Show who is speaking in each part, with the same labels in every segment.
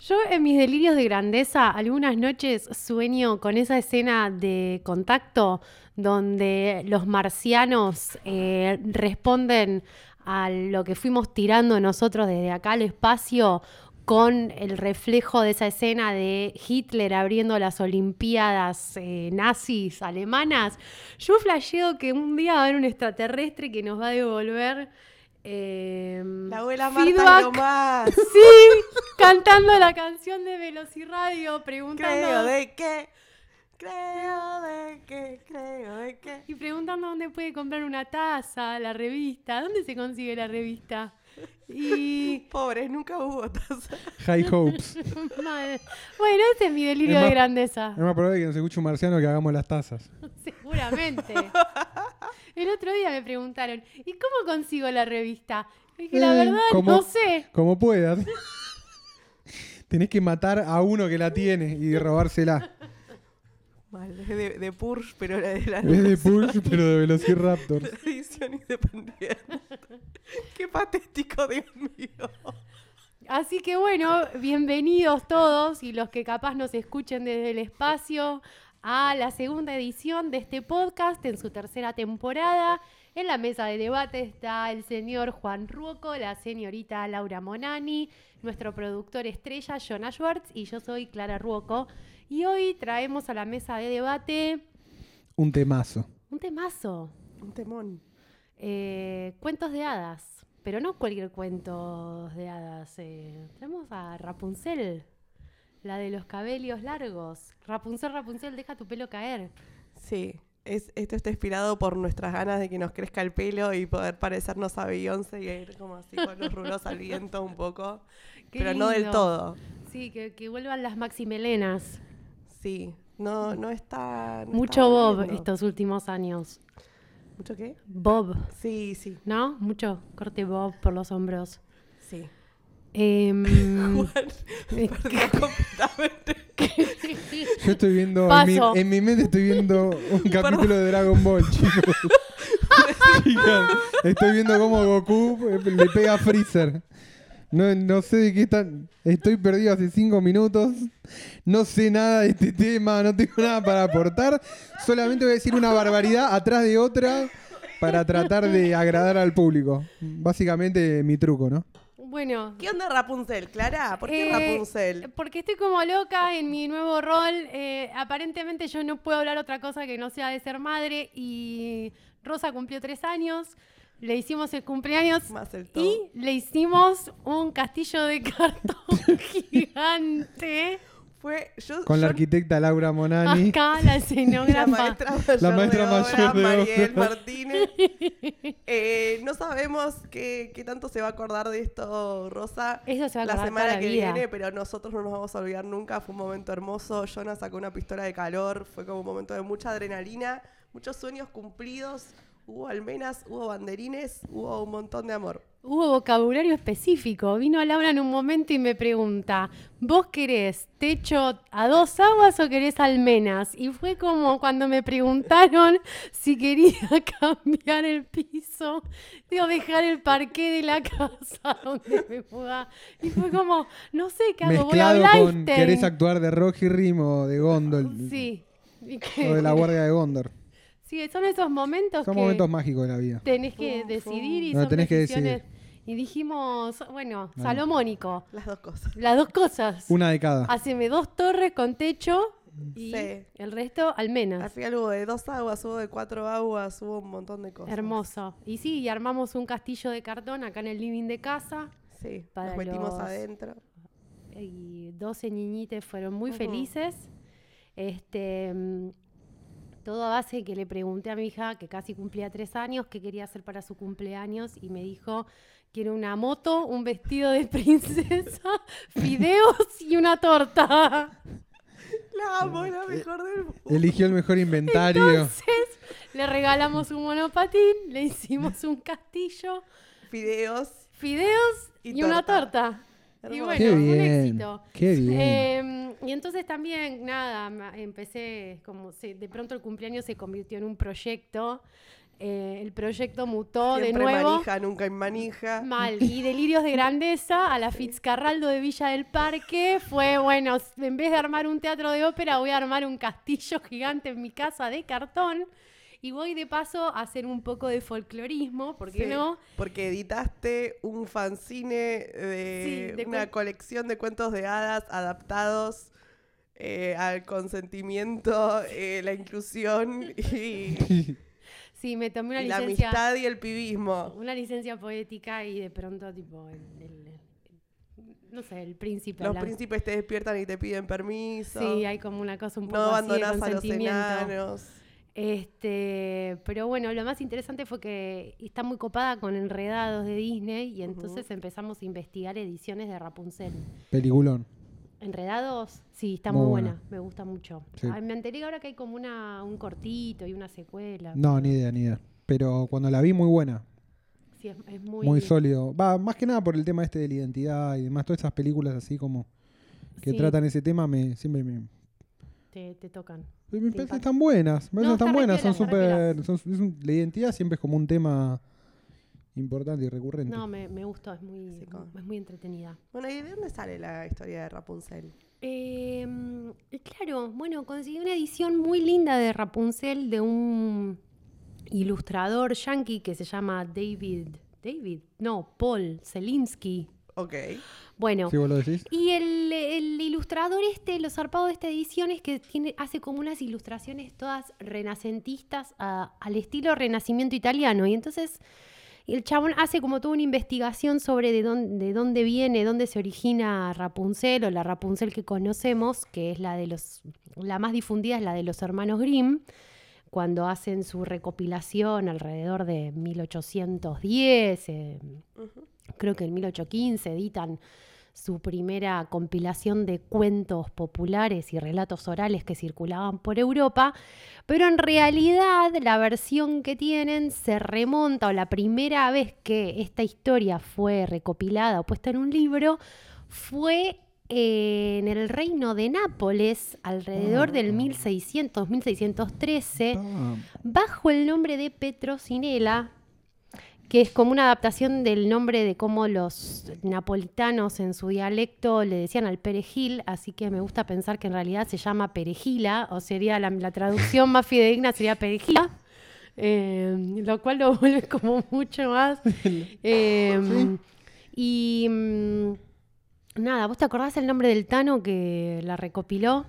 Speaker 1: Yo en mis delirios de grandeza algunas noches sueño con esa escena de contacto donde los marcianos eh, responden a lo que fuimos tirando nosotros desde acá al espacio con el reflejo de esa escena de Hitler abriendo las Olimpiadas eh, nazis alemanas. Yo flasheo que un día va a haber un extraterrestre que nos va a devolver... eh,
Speaker 2: La abuela
Speaker 1: feedback.
Speaker 2: Marta lo más.
Speaker 1: Sí, cantando la canción de Velociradio, preguntando.
Speaker 2: Creo de qué. Creo de qué. Creo de qué.
Speaker 1: Y preguntando dónde puede comprar una taza, la revista, ¿dónde se consigue la revista? Y.
Speaker 2: Pobres, nunca hubo taza.
Speaker 3: High hopes.
Speaker 1: Madre. Bueno, ese es mi delirio
Speaker 3: Es
Speaker 1: de
Speaker 3: más-
Speaker 1: grandeza,
Speaker 3: Es más probable que nos escuche un marciano que hagamos las tazas.
Speaker 1: seguramente. El otro día me preguntaron, ¿y cómo consigo la revista? Y dije, la
Speaker 3: Eh,
Speaker 1: verdad,
Speaker 3: ¿cómo?
Speaker 1: no sé.
Speaker 3: Como puedas. Tenés que matar a uno que la tiene y robársela.
Speaker 2: Mal, es de, de Purge, pero la de la
Speaker 3: Es de Pulse, pero de Velociraptor.
Speaker 2: tradición independiente. Qué patético, Dios mío.
Speaker 1: Así que bueno, bienvenidos todos y los que capaz nos escuchen desde el espacio a la segunda edición de este podcast en su tercera temporada. En la mesa de debate está el señor Juan Ruoco, la señorita Laura Monani, nuestro productor estrella Jonah Schwartz y yo soy Clara Ruoco. Y hoy traemos a la mesa de debate
Speaker 3: Un temazo.
Speaker 1: un temazo,
Speaker 2: Un temón.
Speaker 1: eh, cuentos de hadas, pero no cualquier cuento de hadas. eh. Tenemos a Rapunzel, la de los cabellos largos. Rapunzel, Rapunzel, deja tu pelo caer.
Speaker 2: Sí. Es, esto está inspirado por nuestras ganas de que nos crezca el pelo y poder parecernos a Beyoncé y ir como así con los rulos al viento un poco.
Speaker 1: Qué
Speaker 2: pero no del
Speaker 1: lindo.
Speaker 2: todo.
Speaker 1: Sí, que, que vuelvan las maximelenas.
Speaker 2: Sí. No, no está. no
Speaker 1: Mucho
Speaker 2: está
Speaker 1: Bob
Speaker 2: lindo.
Speaker 1: estos últimos años.
Speaker 2: ¿Mucho qué?
Speaker 1: Bob,
Speaker 2: Sí, sí,
Speaker 1: ¿no? Mucho corte Bob por los hombros.
Speaker 2: sí.
Speaker 1: Em,
Speaker 2: Juan, perdió completamente.
Speaker 3: Yo estoy viendo. En mi,
Speaker 1: Paso.
Speaker 3: en mi mente estoy viendo un capítulo de Dragon Ball, chicos. Chicas, estoy viendo cómo Goku eh, le pega a Freezer. No, no sé de qué están. Estoy perdido hace cinco minutos. No sé nada de este tema. No tengo nada para aportar. Solamente voy a decir una barbaridad atrás de otra para tratar de agradar al público. Básicamente mi truco, ¿no?
Speaker 1: bueno,
Speaker 2: ¿Qué onda Rapunzel, Clara? ¿Por qué
Speaker 1: Eh,
Speaker 2: Rapunzel?
Speaker 1: Porque estoy como loca en mi nuevo rol. eh, aparentemente yo no puedo hablar otra cosa que no sea de ser madre. Y Rosa cumplió tres años. Le hicimos el cumpleaños
Speaker 2: Más el todo.
Speaker 1: y le hicimos un castillo de cartón gigante.
Speaker 2: Fue yo,
Speaker 3: Con la
Speaker 2: yo-
Speaker 3: arquitecta Laura Monani.
Speaker 1: Acá la
Speaker 2: la
Speaker 1: escenógrafa.
Speaker 2: maestra mayor,
Speaker 3: La maestra
Speaker 2: de obra,
Speaker 3: mayor de
Speaker 2: Mariel
Speaker 3: obra.
Speaker 2: Martínez. Eh, no sabemos qué, qué tanto se va a acordar de esto, Rosa.
Speaker 1: Eso se va a
Speaker 2: la
Speaker 1: acordar
Speaker 2: semana
Speaker 1: toda la
Speaker 2: que
Speaker 1: vida.
Speaker 2: viene, pero nosotros no nos vamos a olvidar nunca. Fue un momento hermoso. Jonah sacó una pistola de calor. Fue como un momento de mucha adrenalina, muchos sueños cumplidos. Hubo almenas, hubo banderines, hubo un montón de amor.
Speaker 1: Hubo vocabulario específico. Vino Laura en un momento y me pregunta, ¿vos querés techo a dos aguas o querés almenas? Y fue como cuando me preguntaron si quería cambiar el piso, digo, dejar el parqué de la casa donde me mudaba. Y fue como, no sé qué hago, voy a
Speaker 3: Mezclado con
Speaker 1: Blackstein.
Speaker 3: querés actuar de Rocky Rim o de Gondor.
Speaker 1: Sí. Y que-
Speaker 3: O de la Guardia de Gondor.
Speaker 1: sí, son esos momentos
Speaker 3: Son
Speaker 1: que
Speaker 3: momentos mágicos de la vida.
Speaker 1: tenés que decidir y
Speaker 3: No,
Speaker 1: son
Speaker 3: tenés que
Speaker 1: decisiones. Y dijimos, bueno, salomónico.
Speaker 2: Las dos cosas.
Speaker 1: Las dos cosas.
Speaker 3: Una de cada.
Speaker 1: Haceme dos torres con techo y
Speaker 2: Sí.
Speaker 1: el resto
Speaker 2: Al
Speaker 1: almenas.
Speaker 2: final hubo de dos aguas, hubo de cuatro aguas, hubo un montón de cosas.
Speaker 1: Hermoso. Y sí, y armamos un castillo de cartón acá en el living de casa.
Speaker 2: Sí,
Speaker 1: Para
Speaker 2: nos metimos
Speaker 1: los-
Speaker 2: adentro.
Speaker 1: Y 12 niñites fueron muy
Speaker 2: Ujú.
Speaker 1: felices. Este, mm, todo a base que le pregunté a mi hija, que casi cumplía tres años, qué quería hacer para su cumpleaños. Y me dijo, quiero una moto, un vestido de princesa, fideos y una torta.
Speaker 2: La amo, es
Speaker 3: Eh,
Speaker 2: la mejor del mundo.
Speaker 3: Eligió el mejor inventario.
Speaker 1: Entonces, le regalamos un monopatín, le hicimos un castillo,
Speaker 2: Fideos.
Speaker 1: fideos y,
Speaker 2: Y
Speaker 1: una
Speaker 2: torta.
Speaker 1: torta. Y
Speaker 2: Hermoso.
Speaker 1: bueno,
Speaker 3: Qué
Speaker 1: un
Speaker 3: bien,
Speaker 1: éxito.
Speaker 3: qué bien.
Speaker 1: Eh, y entonces también, nada, ma- empecé, como se- de pronto el cumpleaños se convirtió en un proyecto eh, el proyecto mutó de
Speaker 2: Siempre
Speaker 1: nuevo.
Speaker 2: manija, nunca en manija.
Speaker 1: Mal. Y Delirios de Grandeza a la Fitzcarraldo de Villa del Parque fue, bueno, s- en vez de armar un teatro de ópera, voy a armar un castillo gigante en mi casa de cartón. Y voy de paso a hacer un poco de folclorismo, ¿por qué
Speaker 2: Sí,
Speaker 1: no?
Speaker 2: Porque editaste un fanzine de,
Speaker 1: Sí, de
Speaker 2: una
Speaker 1: cuen-
Speaker 2: colección de cuentos de hadas adaptados eh, al consentimiento, eh, la inclusión y,
Speaker 1: Sí, me tomé una
Speaker 2: y la
Speaker 1: licencia.
Speaker 2: amistad y el pibismo.
Speaker 1: Una licencia poética y de pronto, tipo, el, el- el- no sé, el príncipe.
Speaker 2: Los
Speaker 1: hablando.
Speaker 2: príncipes te despiertan y te piden permiso.
Speaker 1: Sí, hay como una cosa un poco así
Speaker 2: no
Speaker 1: de
Speaker 2: abandonás a los
Speaker 1: consentimiento.
Speaker 2: enanos.
Speaker 1: Este, pero bueno, lo más interesante fue que está muy copada con enredados de Disney y entonces empezamos a investigar ediciones de Rapunzel.
Speaker 3: Peliculón.
Speaker 1: Enredados, sí, está
Speaker 3: Muy
Speaker 1: muy,
Speaker 3: buena.
Speaker 1: buena. me gusta mucho.
Speaker 3: Sí.
Speaker 1: Ah, me enteré ahora que hay como una, un cortito y una secuela.
Speaker 3: No, ni idea, ni idea. Pero cuando la vi, muy buena.
Speaker 1: Sí, es, es muy,
Speaker 3: Muy, sólido. Va, más que nada por el tema este de la identidad y demás. Todas esas películas así como que
Speaker 1: Sí.
Speaker 3: tratan ese tema me siempre me...
Speaker 1: Te, te tocan.
Speaker 3: Me me parecen
Speaker 1: impacta.
Speaker 3: tan buenas, me parecen
Speaker 1: No, está
Speaker 3: tan
Speaker 1: re
Speaker 3: buenas, son
Speaker 1: piola, está re
Speaker 3: súper... son- es un- La identidad siempre es como un tema importante y recurrente.
Speaker 1: No, me, me gustó, es muy,
Speaker 2: Sí, como-
Speaker 1: es muy entretenida.
Speaker 2: Bueno, ¿y de dónde sale la historia de Rapunzel?
Speaker 1: Eh, y claro, bueno, conseguí una edición muy linda de Rapunzel de un ilustrador yankee que se llama David. David, no, Paul Zelinsky.
Speaker 2: Ok.
Speaker 1: Bueno,
Speaker 3: ¿Sí vos lo decís?
Speaker 1: y el, el ilustrador este, lo zarpado de esta edición es que tiene, hace como unas ilustraciones todas renacentistas a- al estilo renacimiento italiano. Y entonces el chabón hace como toda una investigación sobre de dónde, de dónde viene, dónde se origina Rapunzel o la Rapunzel que conocemos, que es la de los, la más difundida es la de los hermanos Grimm cuando hacen su recopilación alrededor de 1810, eh, creo que en 1815 editan su primera compilación de cuentos populares y relatos orales que circulaban por Europa, pero en realidad la versión que tienen se remonta o la primera vez que esta historia fue recopilada o puesta en un libro fue eh, en el reino de Nápoles alrededor del 1600,
Speaker 2: Eh,
Speaker 1: 1613
Speaker 3: Ah,
Speaker 1: bajo el nombre de Petrocinela, que es como una adaptación del nombre de cómo los napolitanos en su dialecto le decían al perejil, así que me gusta pensar que en realidad se llama perejila, o sería la, la traducción más fidedigna sería perejila. eh, lo cual lo vuelve como mucho más. eh, Y mm, nada, ¿vos te acordás el nombre del Tano que la recopiló?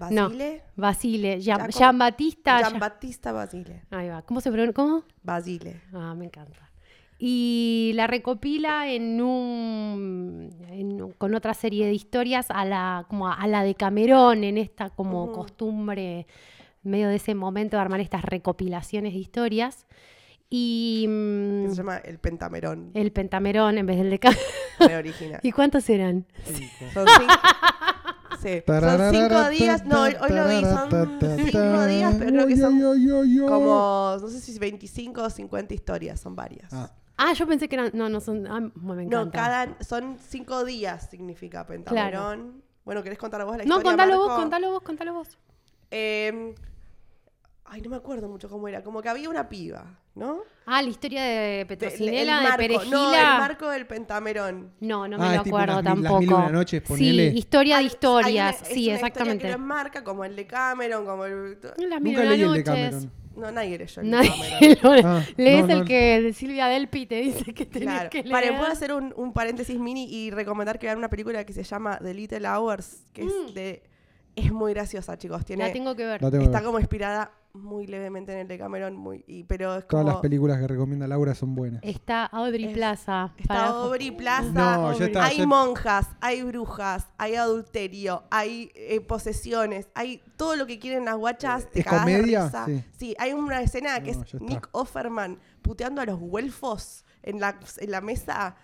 Speaker 2: ¿Basile?
Speaker 1: Basile, Jean,
Speaker 2: Jacob-
Speaker 1: Jean Batista.
Speaker 2: Gian Battista Basile.
Speaker 1: Ahí va. ¿Cómo se pronuncia? ¿Cómo?
Speaker 2: Basile.
Speaker 1: Ah, me encanta. Y la recopila en un, en un- con otra serie de historias a la, como a la de Camerón, en esta como
Speaker 2: Ujú.
Speaker 1: costumbre, medio de ese momento de armar estas recopilaciones de historias. Y
Speaker 2: que
Speaker 1: mm,
Speaker 2: se llama el pentamerón
Speaker 1: el pentamerón en vez del de Cam-
Speaker 2: de original.
Speaker 1: Eh, ¿Y cuántos eran?
Speaker 2: Son cinco, sí, son cinco
Speaker 3: Tararara,
Speaker 2: días, no, hoy, hoy lo vi,
Speaker 3: tarara,
Speaker 2: son
Speaker 3: ta, ta,
Speaker 2: cinco
Speaker 3: ta.
Speaker 2: días, pero creo que
Speaker 3: Uy,
Speaker 2: son
Speaker 3: uy, uy, uy.
Speaker 2: como, no sé si 25 o 50 historias, son varias.
Speaker 3: Ah,
Speaker 1: Ah, yo pensé que eran. No, no son. Ah, me encanta.
Speaker 2: no, cada, son cinco días significa pentamerón. Bueno, ¿querés contar vos la historia?
Speaker 1: no, contalo vos,
Speaker 2: Marco?
Speaker 1: contalo vos, contalo vos.
Speaker 2: Eh, ay, no me acuerdo mucho cómo era, como que había una piba, ¿no?
Speaker 1: Ah, la historia de
Speaker 2: De-
Speaker 1: Petrocinela,
Speaker 2: el
Speaker 1: de,
Speaker 2: marco,
Speaker 1: Perejila.
Speaker 2: No, el marco del pentamerón.
Speaker 1: No, no
Speaker 3: Ah,
Speaker 1: me
Speaker 3: es
Speaker 1: lo
Speaker 3: tipo
Speaker 1: acuerdo
Speaker 3: las mil- las
Speaker 1: tampoco.
Speaker 3: mil y una noches, ponele.
Speaker 1: Sí, historia
Speaker 2: Hay-
Speaker 1: de
Speaker 2: hay
Speaker 1: historias. sí,
Speaker 2: una- es una historia
Speaker 1: exactamente.
Speaker 2: que lo enmarca, como el de Cameron, como Ah, el...
Speaker 1: Las mil y
Speaker 3: Nunca
Speaker 1: una
Speaker 3: leí el de
Speaker 1: noches.
Speaker 3: Cameron.
Speaker 2: No, nadie leyó el de Cameron.
Speaker 1: Nadie lo
Speaker 3: Ah,
Speaker 1: lees
Speaker 3: no,
Speaker 1: el
Speaker 3: no.
Speaker 1: que de Silvia Delpi te dice que tenés
Speaker 2: Claro.
Speaker 1: que leer.
Speaker 2: Paren, puedo hacer un, un paréntesis mini y recomendar que vean una película que se llama The Little Hours, que es de. Es muy graciosa, chicos. Tiene,
Speaker 1: Mm. La tengo que ver.
Speaker 3: la tengo que
Speaker 2: está
Speaker 3: ver.
Speaker 2: como inspirada muy levemente en el de Cameron, muy, y- pero es como.
Speaker 3: Todas las películas que recomienda Laura son buenas.
Speaker 1: Está Audrey
Speaker 2: Es-
Speaker 1: Plaza.
Speaker 2: Está
Speaker 1: para-
Speaker 2: Aubrey Plaza.
Speaker 3: No, ya está,
Speaker 2: hay
Speaker 3: ya-
Speaker 2: monjas, hay brujas, hay adulterio, hay eh, posesiones, hay todo lo que quieren las guachas. Te
Speaker 3: Eh, ¿Es
Speaker 2: cagás de
Speaker 3: comedia?
Speaker 2: risa.
Speaker 3: Sí.
Speaker 2: hay una escena que
Speaker 3: No, ya
Speaker 2: es
Speaker 3: está.
Speaker 2: Nick Offerman puteando a los güelfos en la, en la mesa.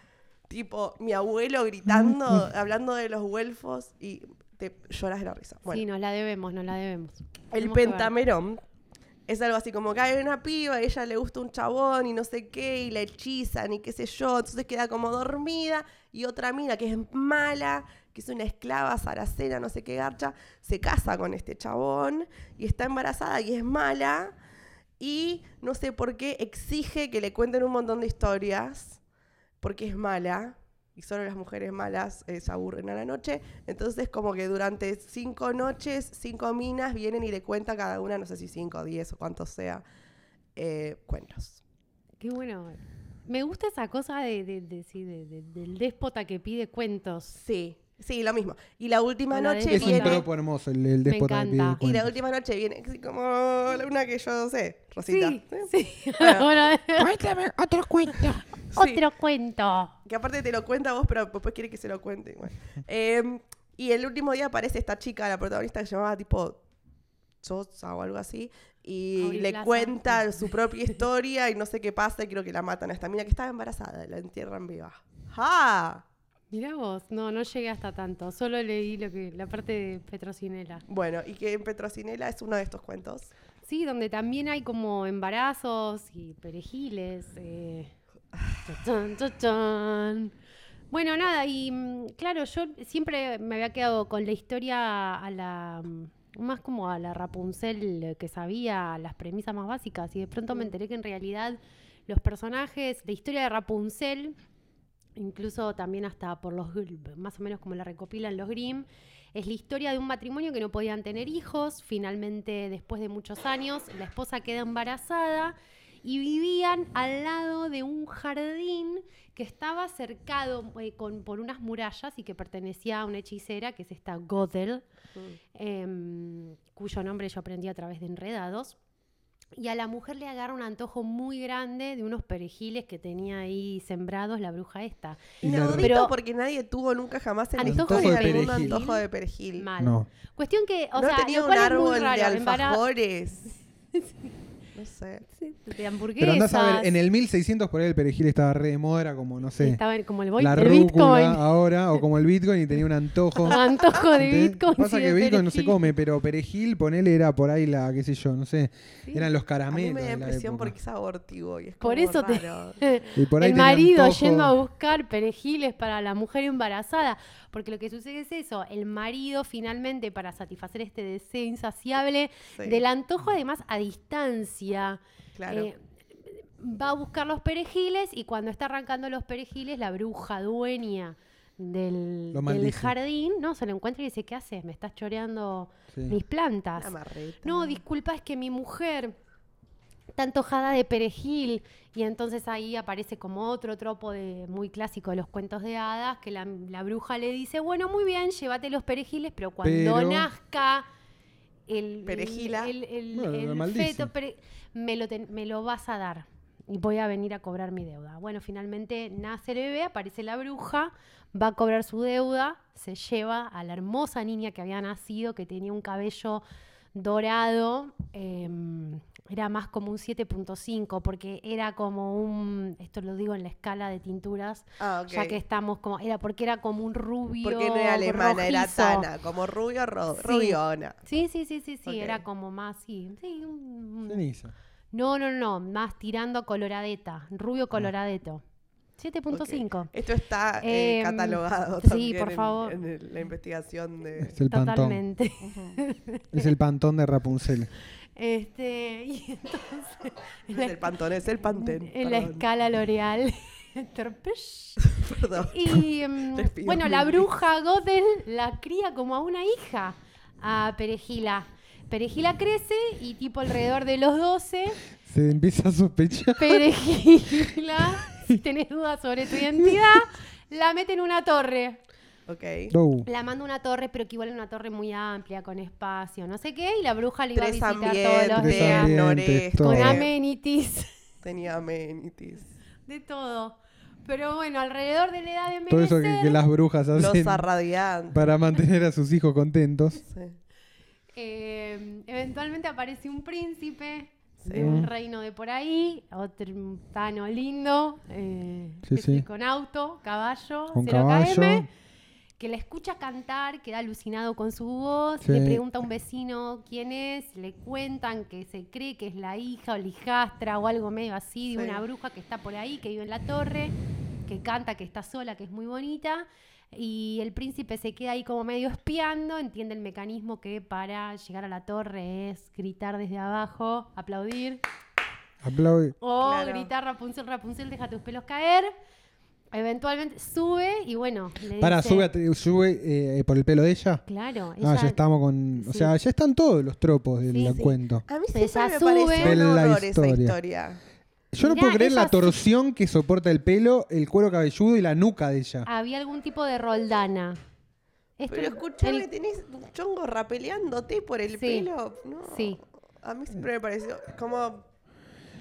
Speaker 2: Tipo, mi abuelo gritando, hablando de los güelfos y te lloras de la risa. Bueno,
Speaker 1: Sí, nos la debemos, nos la debemos.
Speaker 2: el
Speaker 1: Tenemos que ver.
Speaker 2: pentamerón es algo así como que hay una piba y ella le gusta un chabón y no sé qué, y la hechizan y qué sé yo. Entonces queda como dormida y otra mina que es mala, que es una esclava saracena, no sé qué garcha, se casa con este chabón y está embarazada y es mala. Y no sé por qué exige que le cuenten un montón de historias, porque es mala, y solo las mujeres malas eh, se aburren a la noche. Entonces, como que durante cinco noches, cinco minas vienen y le cuentan cada una, no sé si cinco, diez o cuántos sea, eh, cuentos.
Speaker 1: Qué bueno. Me gusta esa cosa de, de- de- sí, de- de- del déspota que pide cuentos.
Speaker 2: Sí, sí, lo mismo. Y la última
Speaker 1: Bueno,
Speaker 2: noche
Speaker 1: de-
Speaker 3: Es un
Speaker 2: viene.
Speaker 3: tropo hermoso el, el déspota que
Speaker 1: encanta.
Speaker 3: pide
Speaker 2: Y la
Speaker 3: cuentos.
Speaker 2: última noche viene así como la una que yo sé, Rosita.
Speaker 1: Sí,
Speaker 2: ¿Sí?
Speaker 1: sí.
Speaker 2: Bueno.
Speaker 1: Ahora-
Speaker 4: Cuéntame otro cuento.
Speaker 2: Sí.
Speaker 1: Otro cuento.
Speaker 2: Que aparte te lo cuenta vos, pero después quiere que se lo cuente. igual. Eh, y el último día aparece esta chica, la protagonista que se llamaba tipo Sosa o algo así. Y
Speaker 1: Abril
Speaker 2: le
Speaker 1: Plaza.
Speaker 2: cuenta su propia historia y no sé qué pasa. Y creo que la matan a esta mina que estaba embarazada. La entierran viva. ¡Ja!
Speaker 1: Mirá vos, no, no llegué hasta tanto. Solo leí lo que, la parte de Petrocinela.
Speaker 2: Bueno, y que en Petrocinela es uno de estos cuentos.
Speaker 1: Sí, donde también hay como embarazos y perejiles. eh. Chachán, chachán. Bueno, nada, y mm, claro, yo siempre me había quedado con la historia a la. mm, más como a la Rapunzel eh, que sabía las premisas más básicas, y de pronto me enteré que en realidad los personajes, la historia de Rapunzel, incluso también hasta por los gr- más o menos como la recopilan los Grimm, es la historia de un matrimonio que no podían tener hijos, finalmente después de muchos años la esposa queda embarazada y vivían al lado de un jardín que estaba cercado eh, con- por unas murallas y que pertenecía a una hechicera que es esta Godel, em, cuyo nombre yo aprendí a través de Enredados. Y a la mujer le agarra un antojo muy grande de unos perejiles que tenía ahí sembrados la bruja esta.
Speaker 3: Y la-
Speaker 2: Inaudito
Speaker 1: Pero-
Speaker 2: porque nadie tuvo nunca jamás en la
Speaker 1: Antojo
Speaker 3: de
Speaker 2: historia del mundo
Speaker 3: perejil.
Speaker 2: antojo de perejil.
Speaker 1: Mal.
Speaker 3: No.
Speaker 1: Cuestión que, o
Speaker 2: no
Speaker 1: sea,
Speaker 2: tenía
Speaker 1: lo
Speaker 2: un
Speaker 1: cual es muy
Speaker 2: árbol de
Speaker 1: raro, embara-
Speaker 2: alfajores. No sé.
Speaker 1: de hamburguesas.
Speaker 3: Pero andás a ver, en el 1600 por ahí el perejil estaba re de moda, era como, no sé,
Speaker 1: Estaba en- como el, boi-
Speaker 3: la
Speaker 1: el
Speaker 3: rúcula
Speaker 1: Bitcoin.
Speaker 3: ahora, o como el Bitcoin y tenía un antojo.
Speaker 1: Antojo de
Speaker 3: ¿Entendés?
Speaker 1: Bitcoin.
Speaker 3: Pasa
Speaker 1: sí,
Speaker 3: que
Speaker 1: de
Speaker 3: Bitcoin no se
Speaker 1: perejil.
Speaker 3: come, pero perejil, ponele, era por ahí la, qué sé yo, no sé,
Speaker 1: Sí.
Speaker 3: eran los
Speaker 2: A
Speaker 3: caramelos.
Speaker 2: mí me da
Speaker 3: de la
Speaker 2: impresión
Speaker 3: época.
Speaker 2: porque es abortivo y es
Speaker 1: Por
Speaker 2: como
Speaker 1: eso te- Eh,
Speaker 2: raro.
Speaker 3: Y por ahí
Speaker 1: el
Speaker 3: tenía
Speaker 1: marido
Speaker 3: antojo.
Speaker 1: yendo a buscar perejiles para la mujer embarazada, porque lo que sucede es eso, el marido finalmente para satisfacer este deseo insaciable
Speaker 2: Sí.
Speaker 1: del antojo además a distancia,
Speaker 2: Claro.
Speaker 1: eh, va a buscar los perejiles y cuando está arrancando los perejiles la bruja dueña del,
Speaker 3: Lo
Speaker 1: del
Speaker 3: maldice.
Speaker 1: jardín, no, se lo encuentra y dice, ¿qué haces? Me estás choreando
Speaker 3: Sí.
Speaker 1: mis plantas.
Speaker 2: Una marreta.
Speaker 1: No, disculpa, es que mi mujer está antojada de perejil. Y entonces ahí aparece como otro tropo de, muy clásico de los cuentos de hadas, que la, la bruja le dice, bueno, muy bien, llévate los perejiles, pero cuando
Speaker 3: Pero-
Speaker 1: nazca el,
Speaker 2: Perejila.
Speaker 1: el, el-
Speaker 3: Bueno,
Speaker 1: el
Speaker 3: lo maldice.
Speaker 1: feto, pere- me, lo ten- me lo vas a dar. Y voy a venir a cobrar mi deuda. Bueno, finalmente nace el bebé, aparece la bruja, va a cobrar su deuda, se lleva a la hermosa niña que había nacido, que tenía un cabello dorado eh, era más como un 7.5 porque era como un esto lo digo en la escala de tinturas
Speaker 2: Ah, ok.
Speaker 1: ya que estamos como era porque era como un rubio
Speaker 2: Porque no era alemana, era
Speaker 1: rojizo.
Speaker 2: tana, como rubio ro
Speaker 1: Sí.
Speaker 2: rubiona.
Speaker 1: sí sí sí sí sí
Speaker 2: Ok.
Speaker 1: era como más sí, sí, un- un-
Speaker 3: Ceniza.
Speaker 1: no no no más tirando a coloradeta rubio coloradeto 7.5
Speaker 2: Ah. Ok. Esto está eh,
Speaker 1: Em,
Speaker 2: catalogado
Speaker 1: sí,
Speaker 2: también
Speaker 1: por
Speaker 2: en-
Speaker 1: favor.
Speaker 2: en, el- la investigación de...
Speaker 3: Es el pantón.
Speaker 1: totalmente
Speaker 3: Es el pantón de Rapunzel.
Speaker 1: este y entonces en
Speaker 2: No
Speaker 1: la
Speaker 2: es el pantón, es el pantén.
Speaker 1: en la
Speaker 2: perdón.
Speaker 1: escala L'Oreal. Torpesh.
Speaker 2: Perdón.
Speaker 1: Y mm,
Speaker 2: Les pido
Speaker 1: bueno,
Speaker 2: mil
Speaker 1: la bruja Godel la cría como a una hija a Perejila. Perejila crece y tipo alrededor de los 12,
Speaker 3: Se empieza a sospechar.
Speaker 1: Perejila, si tenés dudas sobre tu identidad, la mete en una torre.
Speaker 2: Ok.
Speaker 3: No.
Speaker 1: La manda a una torre, pero que igual es una torre muy amplia, con espacio, no sé qué, y la bruja le iba a
Speaker 2: Tres
Speaker 1: visitar todos los
Speaker 3: Tres
Speaker 1: días.
Speaker 2: ambientes,
Speaker 3: ambientes,
Speaker 2: noreste.
Speaker 3: todo.
Speaker 1: Con amenities.
Speaker 2: Tenía amenities.
Speaker 1: De todo. Pero bueno, alrededor de la edad de
Speaker 3: Todo
Speaker 1: envejecer,
Speaker 3: eso que, que las brujas hacen
Speaker 2: Los arradiantes.
Speaker 3: para mantener a sus hijos contentos.
Speaker 2: Sí.
Speaker 1: eh, eventualmente aparece un príncipe
Speaker 2: Sí.
Speaker 1: de un reino de por ahí, otro un tano lindo, eh,
Speaker 3: Sí,
Speaker 1: que sí,
Speaker 3: sí.
Speaker 1: con auto, caballo,
Speaker 3: Con
Speaker 1: 0KM,
Speaker 3: caballo.
Speaker 1: que la escucha cantar, queda alucinado con su voz,
Speaker 3: Sí.
Speaker 1: le pregunta a un vecino quién es, le cuentan que se cree que es la hija o la hijastra o algo medio así de
Speaker 2: Sí.
Speaker 1: una bruja que está por ahí, que vive en la torre, que canta, que está sola, que es muy bonita. Y el príncipe se queda ahí como medio espiando, entiende el mecanismo que para llegar a la torre es gritar desde abajo, aplaudir,
Speaker 3: Aplaude.
Speaker 1: O
Speaker 2: Claro.
Speaker 1: gritar Rapunzel, Rapunzel, deja tus pelos caer. Eventualmente sube y bueno. Le
Speaker 3: Para,
Speaker 1: dice-
Speaker 3: sube, a te- sube eh, por el pelo de ella.
Speaker 1: Claro.
Speaker 3: No,
Speaker 1: ella-
Speaker 3: ya estamos con. O
Speaker 1: sí.
Speaker 3: sea, ya están todos los tropos del
Speaker 1: Sí, sí.
Speaker 3: cuento.
Speaker 2: A
Speaker 1: Ella
Speaker 2: mí siempre me
Speaker 1: Pues sube.
Speaker 2: pareció un
Speaker 3: Bella
Speaker 2: horror esa
Speaker 3: historia.
Speaker 2: historia.
Speaker 3: Yo no
Speaker 1: Mirá,
Speaker 3: puedo creer
Speaker 1: ella
Speaker 3: la
Speaker 1: sí-
Speaker 3: torsión que soporta el pelo, el cuero cabelludo y la nuca de ella.
Speaker 1: Había algún tipo de roldana. Esto-
Speaker 2: Pero escuchame,
Speaker 1: el-
Speaker 2: tenés un chongo rapeleándote por el
Speaker 1: Sí.
Speaker 2: pelo. No.
Speaker 1: Sí.
Speaker 2: A mí siempre me pareció como...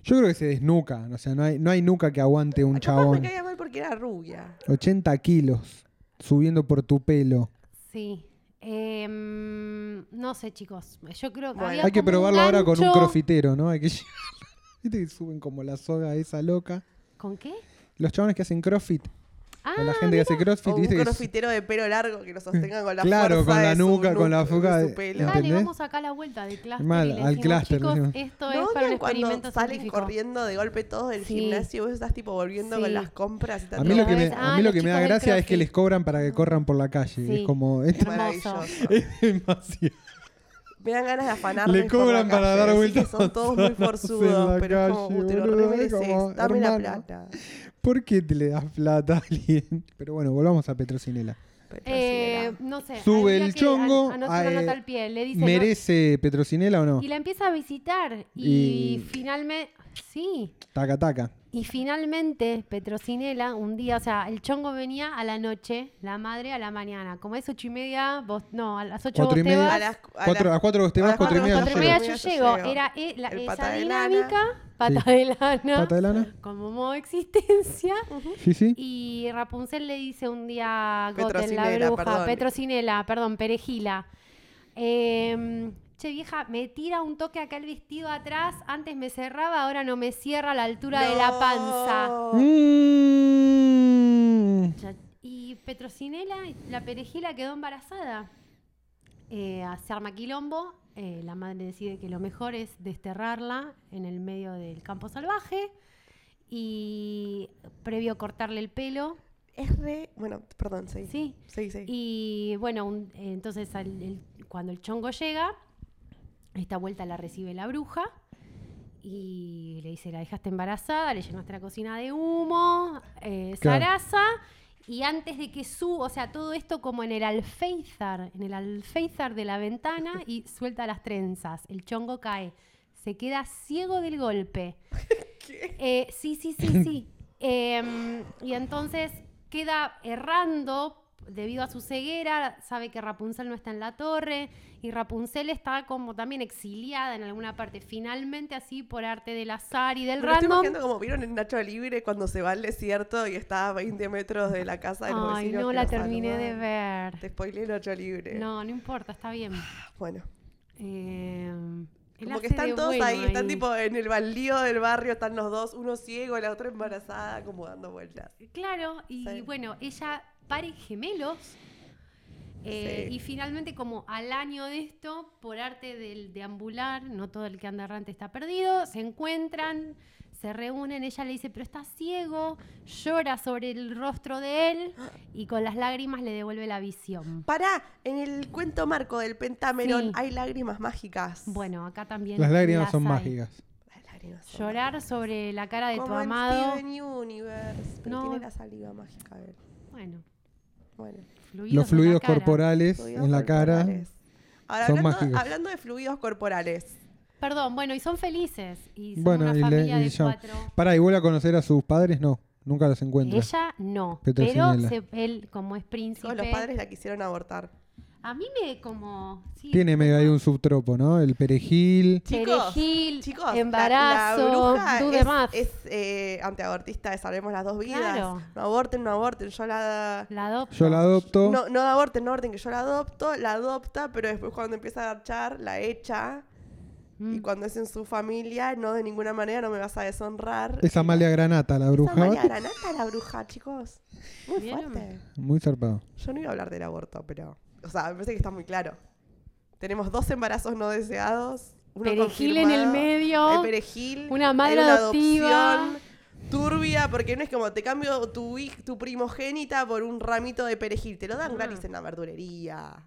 Speaker 3: Yo creo que se desnuca. O sea, no hay, no hay nuca que aguante un
Speaker 2: Capaz me
Speaker 3: chabón.
Speaker 2: caía mal porque era rubia.
Speaker 3: 80 kilos subiendo por tu pelo.
Speaker 1: Sí. Em, no sé, chicos. Yo creo que
Speaker 2: Bueno.
Speaker 1: había
Speaker 3: Hay que
Speaker 1: como
Speaker 3: probarlo ahora con un
Speaker 1: gancho-
Speaker 3: crofitero, ¿no? Hay que llevar- Viste que suben como la soga esa loca.
Speaker 1: ¿Con qué?
Speaker 3: Los chabones que hacen crossfit.
Speaker 1: Ah,
Speaker 3: o la gente que hace
Speaker 2: O
Speaker 3: crossfit,
Speaker 2: Oh, un
Speaker 3: ¿viste? que es-
Speaker 2: crofitero de pelo largo que lo sostenga con la
Speaker 3: Claro,
Speaker 2: fuerza
Speaker 3: con la
Speaker 2: de su
Speaker 3: nuca, con la
Speaker 2: nuca-
Speaker 3: fuga
Speaker 2: de
Speaker 3: de-
Speaker 2: su pelo.
Speaker 1: Dale,
Speaker 3: ¿entendés?
Speaker 1: vamos acá a la vuelta del clúster.
Speaker 3: Mal,
Speaker 1: y le
Speaker 3: al
Speaker 1: decimos,
Speaker 3: clúster, le
Speaker 1: Chicos,
Speaker 3: decimos.
Speaker 1: esto
Speaker 2: ¿No
Speaker 1: es para un
Speaker 2: odian cuando
Speaker 1: experimento
Speaker 2: salen
Speaker 1: científico.
Speaker 2: corriendo de golpe todos del
Speaker 1: Sí.
Speaker 2: gimnasio y vos estás tipo volviendo
Speaker 1: Sí.
Speaker 2: con las compras y te
Speaker 3: A mí lo que me,
Speaker 1: ves,
Speaker 3: a
Speaker 1: ah,
Speaker 3: mí lo
Speaker 1: los
Speaker 3: que me da
Speaker 1: chicos del
Speaker 3: gracia es que
Speaker 1: CrossFit.
Speaker 3: les cobran para que corran por la calle.
Speaker 1: Sí.
Speaker 3: Es como. Es,
Speaker 1: Hermoso.
Speaker 2: maravilloso.
Speaker 3: es demasiado.
Speaker 2: Me dan ganas de afanarles
Speaker 3: Le
Speaker 2: por la
Speaker 3: cobran para
Speaker 2: calle,
Speaker 3: dar
Speaker 2: así
Speaker 3: vueltas
Speaker 2: que son todos muy
Speaker 3: en la
Speaker 2: forzudos, pero es como,
Speaker 3: calle,
Speaker 2: "Uh, te lo
Speaker 3: boludo, es
Speaker 2: remereces,
Speaker 3: como,
Speaker 2: dame la
Speaker 3: hermano. Eh,
Speaker 2: plata.
Speaker 3: ¿Por qué te le das plata a alguien? Pero bueno, volvamos a Petrocinela.
Speaker 1: Eh, no sé.
Speaker 3: Sube
Speaker 1: habría
Speaker 3: el
Speaker 1: que
Speaker 3: chongo,
Speaker 1: an- anot-
Speaker 3: ah, eh,
Speaker 1: anota el pie, le dice, no-
Speaker 3: ¿Merece Petrocinela o no?
Speaker 1: y la empieza a visitar y,
Speaker 3: Y-
Speaker 1: finalmente sí
Speaker 3: Taca, taca.
Speaker 1: y finalmente Petrocinela un día o sea el chongo venía a la noche la madre a la mañana como es ocho y media vos no a las ocho vos
Speaker 3: Cuatro y
Speaker 1: te
Speaker 3: media.
Speaker 1: vas
Speaker 2: A las- a
Speaker 3: Cuatro-
Speaker 2: las-
Speaker 3: a las cuatro vos te
Speaker 2: a
Speaker 3: vas,
Speaker 2: las
Speaker 3: cuatro y media
Speaker 1: cuatro
Speaker 3: yo
Speaker 1: y media
Speaker 3: llego.
Speaker 1: yo
Speaker 2: Yo
Speaker 1: llego
Speaker 2: llego.
Speaker 1: era eh, la-
Speaker 2: El
Speaker 1: esa
Speaker 2: pata de
Speaker 1: dinámica pata
Speaker 3: Sí.
Speaker 1: de lana
Speaker 3: Pata de lana.
Speaker 1: como modo de existencia
Speaker 3: Sí, sí.
Speaker 1: y Rapunzel le dice un día a Goten, la
Speaker 2: Petrocinela,
Speaker 1: bruja,
Speaker 2: perdón.
Speaker 1: Petrocinela, perdón, Perejila. em, che, vieja, me tira un toque acá el vestido atrás. Antes me cerraba, ahora no me cierra a la altura de la panza.
Speaker 2: No.
Speaker 3: Mm.
Speaker 1: Ya- Y Petrocinela, la Perejila quedó embarazada. Eh, se arma quilombo. eh, la madre decide que lo mejor es desterrarla en el medio del campo salvaje. Y previo cortarle el pelo,
Speaker 2: Es re... Bueno, perdón, sí.
Speaker 1: sí,
Speaker 2: Sí, sí.
Speaker 1: Y bueno, un- entonces al- el- cuando el chongo llega, esta vuelta la recibe la bruja y le dice, la dejaste embarazada, le llenaste la cocina de humo, eh,
Speaker 3: Claro.
Speaker 1: zaraza. Y antes de que suba, o sea, todo esto como en el alféizar, en el alféizar de la ventana y suelta las trenzas. El chongo cae, se queda ciego del golpe. Eh, sí, sí, sí, sí. Em, y entonces queda errando debido a su ceguera, sabe que Rapunzel no está en la torre y Rapunzel está como también exiliada en alguna parte. Finalmente así por arte del azar y del
Speaker 2: Pero estoy
Speaker 1: random.
Speaker 2: imaginando como vieron en Nacho Libre cuando se va al desierto y está a 20 metros de la casa de los
Speaker 1: Ay,
Speaker 2: vecinos
Speaker 1: no
Speaker 2: que
Speaker 1: la
Speaker 2: lo
Speaker 1: terminé de
Speaker 2: saludan. Te
Speaker 1: ver.
Speaker 2: spoileé Nacho Libre.
Speaker 1: No, no importa, está bien.
Speaker 2: Bueno.
Speaker 1: Em, él
Speaker 2: Como que
Speaker 1: hace
Speaker 2: están
Speaker 1: de
Speaker 2: todos
Speaker 1: bueno
Speaker 2: ahí, están tipo en el baldío del barrio, están los dos, uno ciego, la otra embarazada, como dando vueltas.
Speaker 1: Claro, y
Speaker 2: Sí.
Speaker 1: bueno, ella pare gemelos. eh,
Speaker 2: Sí.
Speaker 1: Y finalmente, como al año de esto, por arte del deambular, no todo el que anda errante está perdido, se encuentran, se reúnen, ella le dice, pero está ciego, llora sobre el rostro de él y con las lágrimas le devuelve la visión.
Speaker 2: Pará, en el cuento marco del Pentamerón
Speaker 1: Sí.
Speaker 2: hay lágrimas mágicas.
Speaker 1: Bueno, acá también.
Speaker 3: Las lágrimas son
Speaker 1: hay.
Speaker 3: mágicas.
Speaker 2: Las lágrimas son
Speaker 1: Llorar sobre la cara de
Speaker 2: mágicas.
Speaker 1: tu
Speaker 2: como en
Speaker 1: amado.
Speaker 2: Steven Universe, pero
Speaker 1: No.
Speaker 2: tiene la saliva mágica. él.
Speaker 1: Bueno,
Speaker 2: Bueno,
Speaker 1: fluidos
Speaker 3: Los
Speaker 1: en la
Speaker 3: fluidos
Speaker 1: cara.
Speaker 3: corporales
Speaker 2: fluidos
Speaker 3: en la cara.
Speaker 2: corporales. Ahora,
Speaker 3: son
Speaker 2: hablando,
Speaker 3: mágicos.
Speaker 2: hablando de fluidos corporales,
Speaker 1: Perdón, bueno, y son felices. Y son
Speaker 3: Bueno,
Speaker 1: una
Speaker 3: y, le,
Speaker 1: familia
Speaker 3: y
Speaker 1: de
Speaker 3: ya.
Speaker 1: cuatro.
Speaker 3: Pará, ¿y vuelve a conocer a sus padres? No, nunca los encuentra.
Speaker 1: Ella no, pero
Speaker 3: Petrocinela.
Speaker 1: se- él como es
Speaker 2: todos
Speaker 1: príncipe.
Speaker 2: los padres la quisieron abortar.
Speaker 1: A mí me como sí,
Speaker 3: Tiene medio ahí un subtropo, ¿no? El perejil.
Speaker 2: Chicos,
Speaker 1: perejil,
Speaker 2: Chicos, la- la
Speaker 1: embarazo,
Speaker 2: bruja
Speaker 1: dude
Speaker 2: es,
Speaker 1: más.
Speaker 2: es eh, antiabortista de Salvemos las dos vidas.
Speaker 1: Claro.
Speaker 2: No aborten, no aborten. Yo la.
Speaker 1: la adopta.
Speaker 3: Yo la adopto.
Speaker 2: No, no aborten, no aborten, que yo la adopto. La adopta, pero después cuando empieza a garchar, la echa.
Speaker 1: Mm.
Speaker 2: Y cuando es en su familia, no de ninguna manera no me vas a deshonrar.
Speaker 3: Es Amalia Granata, la
Speaker 2: Esa
Speaker 3: bruja.
Speaker 2: María Granata, la bruja, chicos. Muy
Speaker 1: ¿Vieron?
Speaker 2: fuerte.
Speaker 3: Muy zarpado.
Speaker 2: Yo no iba a hablar del aborto, pero. O sea, me parece que está muy claro. Tenemos dos embarazos no deseados. Uno
Speaker 1: Perejil en el
Speaker 2: confirmado,
Speaker 1: medio,
Speaker 2: Hay perejil.
Speaker 1: una madre
Speaker 2: hay una
Speaker 1: adoptiva.
Speaker 2: adopción turbia, porque no es como te cambio tu, hij- tu primogénita por un ramito de perejil. Te lo dan
Speaker 1: Ah.
Speaker 2: gratis en la verdulería.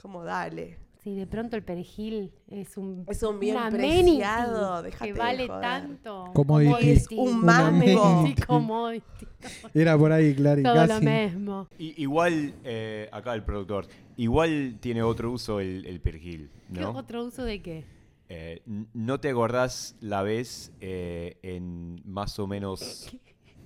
Speaker 2: Como dale.
Speaker 1: Sí, de pronto el perejil es un,
Speaker 2: Es un bien
Speaker 1: una
Speaker 2: preciado,
Speaker 1: amenity
Speaker 2: déjate
Speaker 1: que
Speaker 2: de
Speaker 1: vale
Speaker 2: joder.
Speaker 1: tanto.
Speaker 3: Commodity.
Speaker 2: Es un mango.
Speaker 1: Sí, commodity.
Speaker 3: Era por ahí, Clary.
Speaker 1: Todo lo
Speaker 3: casi.
Speaker 1: mismo.
Speaker 5: I- igual, eh, acá el productor, igual tiene otro uso el, el perejil,
Speaker 1: ¿Qué
Speaker 5: ¿no?
Speaker 1: otro uso de qué?
Speaker 5: Eh, n- ¿No te acordás la vez eh, en más o menos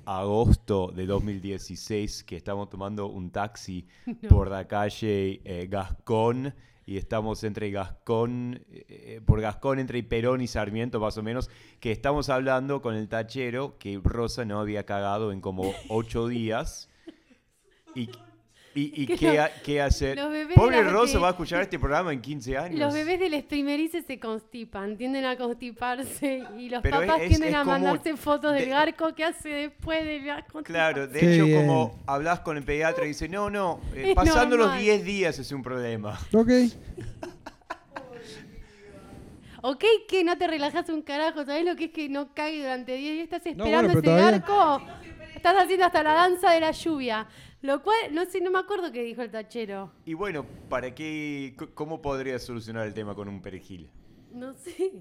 Speaker 5: agosto de 2016 que estamos tomando un taxi por la calle eh, Gascón y estamos entre Gascón, eh, eh, por Gascón entre Perón y Sarmiento más o menos, que estamos hablando con el tachero que Rosa no había cagado en como ocho días y... y- y
Speaker 1: Que
Speaker 5: qué,
Speaker 1: lo-
Speaker 5: ha- qué hacer?
Speaker 1: los bebés
Speaker 5: Pobre
Speaker 1: de la
Speaker 5: Rosa
Speaker 1: gente-
Speaker 5: va a escuchar este programa en 15 años.
Speaker 1: Los bebés del esprimerice se constipan, tienden a constiparse y los
Speaker 5: Pero es-
Speaker 1: papás
Speaker 5: es-
Speaker 1: tienden
Speaker 5: es
Speaker 1: a
Speaker 5: común.
Speaker 1: mandarse fotos del
Speaker 5: De-
Speaker 1: garco que hace después de la
Speaker 5: Claro,
Speaker 1: constipación.
Speaker 5: de
Speaker 3: Qué
Speaker 5: hecho,
Speaker 3: bien.
Speaker 5: como hablas con el pediatra y dice, no, no, eh,
Speaker 1: Es
Speaker 5: pasando los
Speaker 1: normal.
Speaker 5: 10 días es un problema.
Speaker 3: Ok.
Speaker 1: Ok, que no te relajas un carajo, ¿sabes lo que es que no cae durante 10 días? Estás
Speaker 3: No,
Speaker 1: esperando
Speaker 3: bueno,
Speaker 1: ese
Speaker 3: pero todavía-
Speaker 1: garco. Estás haciendo hasta la danza de la lluvia. Lo cual, no sé, no me acuerdo qué dijo el tachero.
Speaker 5: Y bueno, ¿para qué? c- ¿Cómo podrías solucionar el tema con un perejil?
Speaker 1: No sé.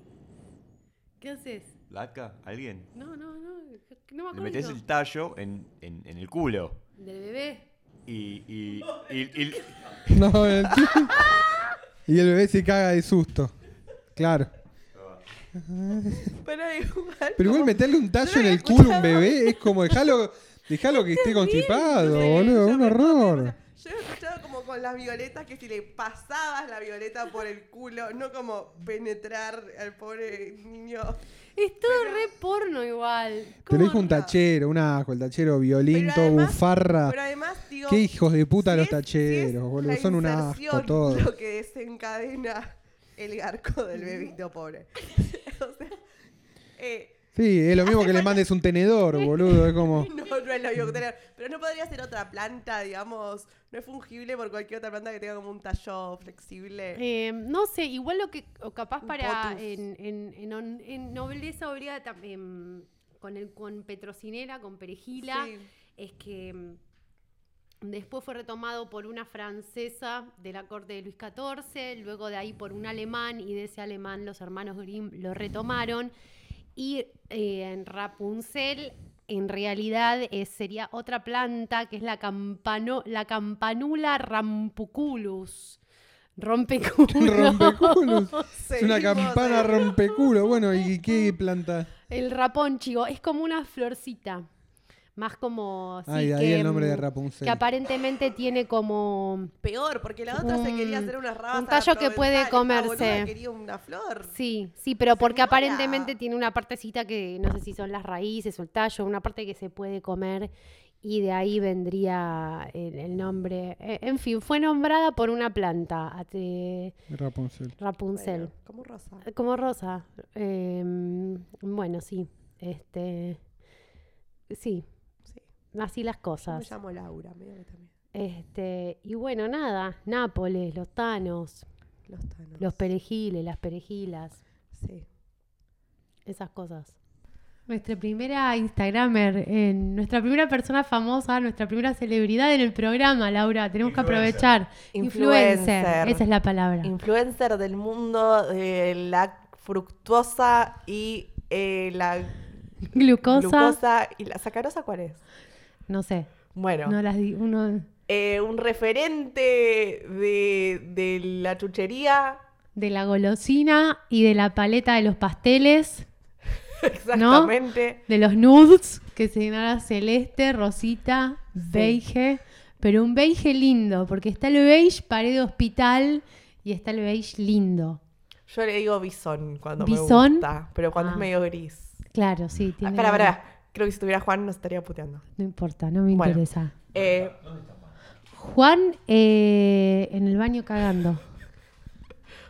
Speaker 1: ¿Qué haces?
Speaker 5: ¿Laca? ¿Alguien?
Speaker 1: No, no, no. No me
Speaker 5: Le
Speaker 1: acuerdo.
Speaker 5: metes el tallo en, en- en el culo.
Speaker 1: Del bebé.
Speaker 5: Y, y, y- y-
Speaker 3: No, el y el bebé se caga de susto. Claro.
Speaker 2: Pero igual.
Speaker 3: Pero igual
Speaker 2: como-
Speaker 3: meterle un
Speaker 2: Yo
Speaker 3: tallo
Speaker 2: lo
Speaker 3: en el
Speaker 2: había
Speaker 3: culo a un
Speaker 2: escuchado.
Speaker 3: bebé es como dejarlo, dejarlo que esté constipado,
Speaker 2: Sí,
Speaker 3: boludo.
Speaker 2: yo
Speaker 3: Un
Speaker 2: me acuerdo,
Speaker 3: horror.
Speaker 2: o sea, Yo he escuchado como con las violetas que si le pasabas la violeta por el culo, no como penetrar al pobre niño.
Speaker 1: Es todo re porno igual.
Speaker 3: Te lo
Speaker 1: ¿Cómo
Speaker 3: dijo un
Speaker 1: no?
Speaker 3: tachero, un asco, el tachero violento,
Speaker 2: además-
Speaker 3: bufarra.
Speaker 2: Pero además, digo.
Speaker 3: Ah, Qué hijos de puta
Speaker 2: si
Speaker 3: los
Speaker 2: es- si es
Speaker 3: tacheros, boludo.
Speaker 2: la
Speaker 3: Son un asco
Speaker 2: inserción
Speaker 3: todos.
Speaker 2: Lo que desencadena el garco del bebito, pobre. o sea. Eh,
Speaker 3: Sí, es lo mismo que le mandes un tenedor, boludo. Es como.
Speaker 2: No, no es lo mismo que tener. Pero no podría ser otra planta, digamos. No es fungible por cualquier otra planta que tenga como un tallo flexible.
Speaker 1: Eh, no sé, igual lo que, o capaz
Speaker 2: Un
Speaker 1: para
Speaker 2: potus.
Speaker 1: en, en- en on- en nobleza obligada tam- em, con, el, con petrocinera, con perejila,
Speaker 2: Sí.
Speaker 1: es que em, después fue retomado por una francesa de la corte de Luis XIV, luego de ahí por un alemán y de ese alemán los hermanos Grimm lo retomaron y eh, en Rapunzel en realidad eh, sería otra planta que es la, campano- la campanula rampuculus. Rompeculos.
Speaker 3: Rompeculos. Es una
Speaker 2: Seguimos,
Speaker 3: campana
Speaker 2: eh.
Speaker 3: rompeculo. Bueno, ¿y qué planta?
Speaker 1: El rapón, chico, es como una florcita. Más como. sí,
Speaker 3: Ay, de ahí
Speaker 1: que,
Speaker 3: el nombre de
Speaker 1: mm,
Speaker 3: Rapunzel.
Speaker 1: Que aparentemente tiene como.
Speaker 2: Peor, porque la otra se quería
Speaker 1: Un-
Speaker 2: hacer unas rabas.
Speaker 1: un tallo
Speaker 2: a la
Speaker 1: que puede
Speaker 2: provenzal, esta
Speaker 1: comerse.
Speaker 2: boluda quería una flor.
Speaker 1: Sí, sí, pero porque
Speaker 2: Señora.
Speaker 1: aparentemente tiene una partecita que no sé si son las raíces o el tallo, una parte que se puede comer y de ahí vendría el, el nombre. Eh, En fin, fue nombrada por una planta, a- eh,
Speaker 3: Rapunzel.
Speaker 1: Rapunzel.
Speaker 2: Bueno, como rosa.
Speaker 1: Como rosa. eh, bueno, sí. Este. Sí,
Speaker 2: Sí.
Speaker 1: así las
Speaker 2: Yo me
Speaker 1: cosas.
Speaker 2: llamo Laura, medio que también.
Speaker 1: Este, y bueno, nada, Nápoles, los tanos,
Speaker 2: Los tanos.
Speaker 1: los perejiles, las perejilas,
Speaker 2: Sí.
Speaker 1: esas cosas. Nuestra primera Instagramer, eh, nuestra primera persona famosa, nuestra primera celebridad en el programa, Laura, tenemos que
Speaker 5: Influencer.
Speaker 1: aprovechar.
Speaker 2: Influencer.
Speaker 1: Esa es la palabra.
Speaker 2: Influencer del mundo de la fructuosa y eh, la
Speaker 1: Glucosa,
Speaker 2: glucosa. ¿Y la sacarosa cuál es?
Speaker 1: no sé.
Speaker 2: Bueno.
Speaker 1: No las di- uno
Speaker 2: eh, un referente de, de la chuchería.
Speaker 1: de la golosina y de la paleta de los pasteles,
Speaker 2: Exactamente.
Speaker 1: de los nudes, que se llenara celeste, rosita, beige, pero un beige lindo, porque está el beige pared de hospital y está el beige lindo.
Speaker 2: Yo le digo bisón cuando
Speaker 1: ¿Bisón?
Speaker 2: me gusta, pero cuando
Speaker 1: Ah.
Speaker 2: es medio gris.
Speaker 1: Claro, sí,
Speaker 2: Ah,
Speaker 1: tiene.
Speaker 2: pará, pará. Creo que si estuviera Juan nos estaría puteando.
Speaker 1: No importa, no me
Speaker 2: Bueno.
Speaker 1: interesa.
Speaker 2: Eh,
Speaker 1: Juan eh, en el baño cagando.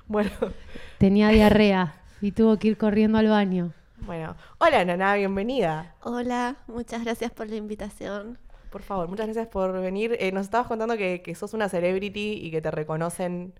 Speaker 2: bueno,
Speaker 1: Tenía diarrea y tuvo que ir corriendo al baño.
Speaker 2: bueno. Hola, Nana, bienvenida.
Speaker 6: Hola, muchas gracias por la invitación.
Speaker 2: Por favor, muchas gracias por venir. Eh, nos estabas contando que, que sos una celebrity y que te reconocen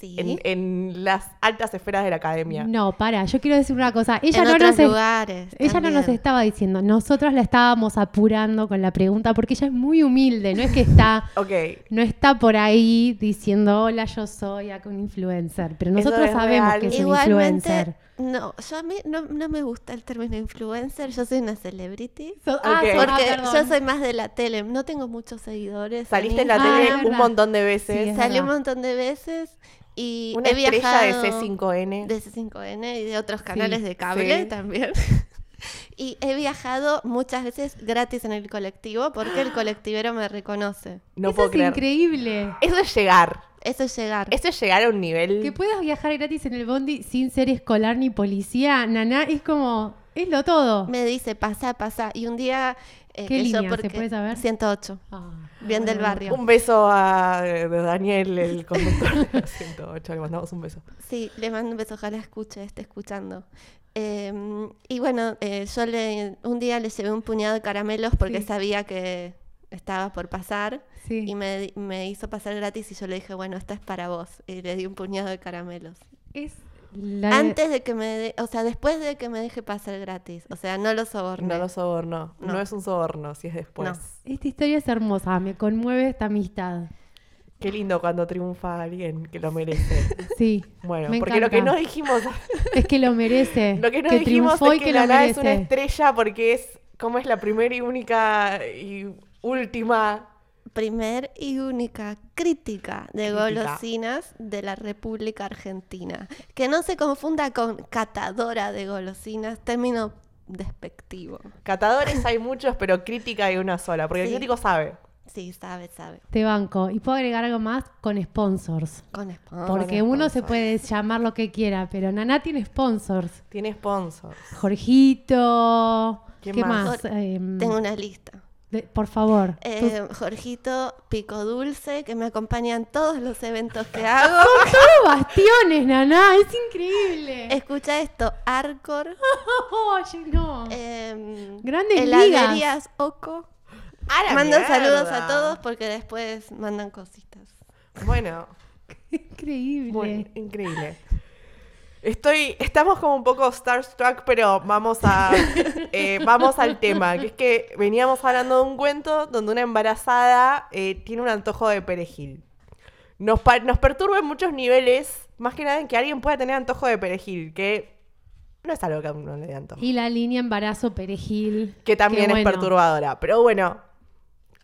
Speaker 6: Sí.
Speaker 2: en, en las altas esferas de la academia.
Speaker 1: No, para, yo quiero decir una cosa. Ella
Speaker 6: en
Speaker 1: no
Speaker 6: otros
Speaker 1: nos es-
Speaker 6: lugares.
Speaker 1: Ella no nos
Speaker 6: también.
Speaker 1: estaba diciendo, nosotros la estábamos apurando con la pregunta porque ella es muy humilde, no es que está,
Speaker 2: Ok.
Speaker 1: no está por ahí diciendo, hola, yo soy acá un influencer, pero
Speaker 2: Eso
Speaker 1: nosotros
Speaker 2: es
Speaker 1: sabemos
Speaker 2: real.
Speaker 1: que es un influencer.
Speaker 6: Igualmente, no, yo a mí no, no me gusta el término influencer, yo soy una celebrity.
Speaker 1: So- ah,
Speaker 2: Ok.
Speaker 1: so- ah,
Speaker 6: Porque
Speaker 1: perdón.
Speaker 6: yo soy más de la tele, no tengo muchos seguidores.
Speaker 2: Saliste en la
Speaker 1: Ah,
Speaker 2: tele
Speaker 1: es
Speaker 2: un
Speaker 1: verdad.
Speaker 2: montón de
Speaker 1: Sí,
Speaker 2: veces.
Speaker 1: es
Speaker 6: Salí un
Speaker 1: verdad.
Speaker 6: montón de veces y
Speaker 2: una
Speaker 6: he
Speaker 2: estrella
Speaker 6: viajado
Speaker 2: de C5N.
Speaker 6: de C5N y de otros canales de
Speaker 2: sí.
Speaker 6: cable también. y he viajado muchas veces gratis en el colectivo porque el colectivero me reconoce.
Speaker 2: no
Speaker 1: Eso
Speaker 2: puedo
Speaker 1: es
Speaker 2: creer.
Speaker 1: increíble.
Speaker 2: Eso es llegar.
Speaker 6: Eso es llegar.
Speaker 2: Eso es llegar a un nivel.
Speaker 1: Que puedas viajar gratis en el bondi sin ser escolar ni policía, naná, es como, es lo todo.
Speaker 6: Me dice, pasa, pasa. Y un día...
Speaker 1: ¿Qué
Speaker 6: eh, que yo
Speaker 1: línea? ¿Se
Speaker 6: porque-
Speaker 1: puede saber?
Speaker 6: 108.
Speaker 1: Ah,
Speaker 6: Bien del barrio.
Speaker 2: Un beso a eh, Daniel, el conductor de la 108. Le mandamos un beso.
Speaker 6: Sí, le mando un beso, ojalá escuche, esté escuchando. Eh, y bueno, eh, yo le, un día le llevé un puñado de caramelos porque
Speaker 1: Sí.
Speaker 6: sabía que estaba por pasar
Speaker 1: Sí.
Speaker 6: y me, di- me hizo pasar gratis y yo le dije, bueno, esta es para vos. Y le di un puñado de caramelos.
Speaker 1: Es la-
Speaker 6: Antes de que me, de- o sea, después de que me deje pasar gratis. O sea, no lo soborné.
Speaker 2: No lo soborno. No.
Speaker 6: No.
Speaker 2: es un soborno, si es después.
Speaker 6: No.
Speaker 1: Esta historia es hermosa, me conmueve esta amistad.
Speaker 2: Qué lindo cuando triunfa alguien que lo merece.
Speaker 1: Sí.
Speaker 2: Bueno,
Speaker 1: me
Speaker 2: porque lo que
Speaker 1: encanta.
Speaker 2: no dijimos,
Speaker 1: Es que lo merece.
Speaker 2: lo que no dijimos
Speaker 1: triunfó
Speaker 2: es
Speaker 1: y
Speaker 2: que,
Speaker 1: que lo
Speaker 2: Lala es este-
Speaker 1: merece.
Speaker 2: una estrella porque es como es la primera y única y última.
Speaker 6: Primer y única crítica de
Speaker 2: Crítica.
Speaker 6: golosinas de la República Argentina. Que no se confunda con catadora de golosinas, término despectivo.
Speaker 2: Catadores hay muchos, pero crítica hay una sola, porque el
Speaker 6: Sí.
Speaker 2: crítico sabe.
Speaker 6: Sí, sabe, sabe.
Speaker 1: Te banco. Y puedo agregar algo más con sponsors.
Speaker 6: Con sponsor.
Speaker 1: Porque
Speaker 2: con
Speaker 1: uno se
Speaker 2: sponsors.
Speaker 1: puede llamar lo que quiera, pero Naná tiene sponsors.
Speaker 2: Tiene sponsors.
Speaker 1: Jorgito.
Speaker 2: ¿Qué
Speaker 1: ¿Qué,
Speaker 2: más?
Speaker 1: más? Em,
Speaker 6: Tengo una lista.
Speaker 1: de- por favor. Tus-
Speaker 6: Eh, Jorgito Pico Dulce, que me acompaña en todos los eventos que hago.
Speaker 1: ¡Todos bastiones, Naná! ¡Es increíble!
Speaker 6: Escucha esto, Arcor.
Speaker 1: Oye, no.
Speaker 6: eh,
Speaker 1: Grandes
Speaker 6: heladerías
Speaker 1: ligas.
Speaker 6: Oco.
Speaker 2: ¡A la
Speaker 6: Mandan
Speaker 2: mierda!
Speaker 6: saludos a todos porque después mandan cositas.
Speaker 2: Bueno,
Speaker 1: increíble.
Speaker 2: bueno, increíble. Estoy, estamos como un poco starstruck, pero vamos a, eh, vamos al tema, que es que veníamos hablando de un cuento donde una embarazada eh, tiene un antojo de perejil. Nos, pa- nos perturba en muchos niveles, más que nada en que alguien pueda tener antojo de perejil, que no es algo que a uno le dé antojo.
Speaker 1: Y la línea embarazo perejil.
Speaker 2: que también
Speaker 1: Qué
Speaker 2: es
Speaker 1: bueno.
Speaker 2: perturbadora. Pero bueno,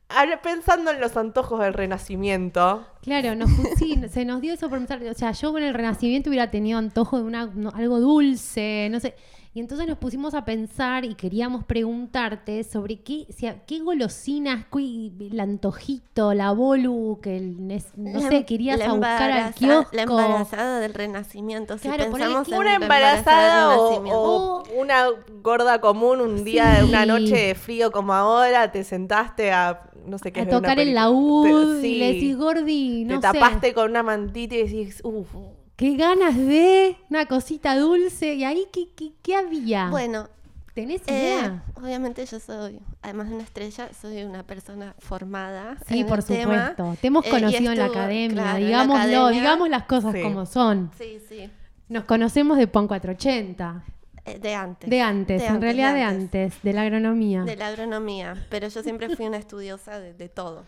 Speaker 2: habla- pensando en los antojos del renacimiento,
Speaker 1: Claro, nos, sí, se nos dio eso por pensar. O sea, yo con el Renacimiento hubiera tenido antojo de una, no- algo dulce, no sé. Y entonces nos pusimos a pensar y queríamos preguntarte sobre qué, si a- qué golosinas, cui- el antojito, la bolu, que el nes- no
Speaker 6: La em-
Speaker 1: sé, querías
Speaker 6: la
Speaker 1: a buscar al
Speaker 6: embaraza-
Speaker 1: kiosco.
Speaker 6: La embarazada del renacimiento. Si
Speaker 1: Claro, ponele
Speaker 6: pensamos
Speaker 1: que
Speaker 6: en
Speaker 2: una
Speaker 6: la embarazada
Speaker 2: embarazada
Speaker 6: del
Speaker 2: o,
Speaker 6: nacimiento.
Speaker 2: o una gorda común, un día de una
Speaker 1: Sí.
Speaker 2: noche de frío como ahora, te sentaste a, no sé qué.
Speaker 1: a
Speaker 2: es ver una
Speaker 1: tocar el
Speaker 2: película.
Speaker 1: laúd
Speaker 2: Te- sí,
Speaker 1: y le decís, Gordi, no
Speaker 2: te
Speaker 1: sé,
Speaker 2: tapaste con una mantita y decís, uff,
Speaker 1: qué ganas de una cosita dulce. ¿Y ahí qué, qué, qué había?
Speaker 6: Oh, Bueno,
Speaker 1: ¿Tenés
Speaker 6: eh,
Speaker 1: idea?
Speaker 6: obviamente yo soy, además de una estrella, soy una persona formada.
Speaker 1: Sí,
Speaker 6: en
Speaker 1: por
Speaker 6: el tema.
Speaker 1: supuesto. Te hemos
Speaker 6: Eh, y
Speaker 1: conocido en la
Speaker 6: estuvo-
Speaker 1: academia,
Speaker 6: claro, en la
Speaker 1: digámoslo,
Speaker 6: academia.
Speaker 1: digamos las cosas
Speaker 2: Sí.
Speaker 1: como son.
Speaker 6: Sí, sí.
Speaker 1: Nos conocemos de PON 480,
Speaker 6: eh, de antes.
Speaker 1: de antes, en realidad de antes, de la agronomía.
Speaker 6: De la agronomía, pero yo siempre fui una estudiosa de, de todo.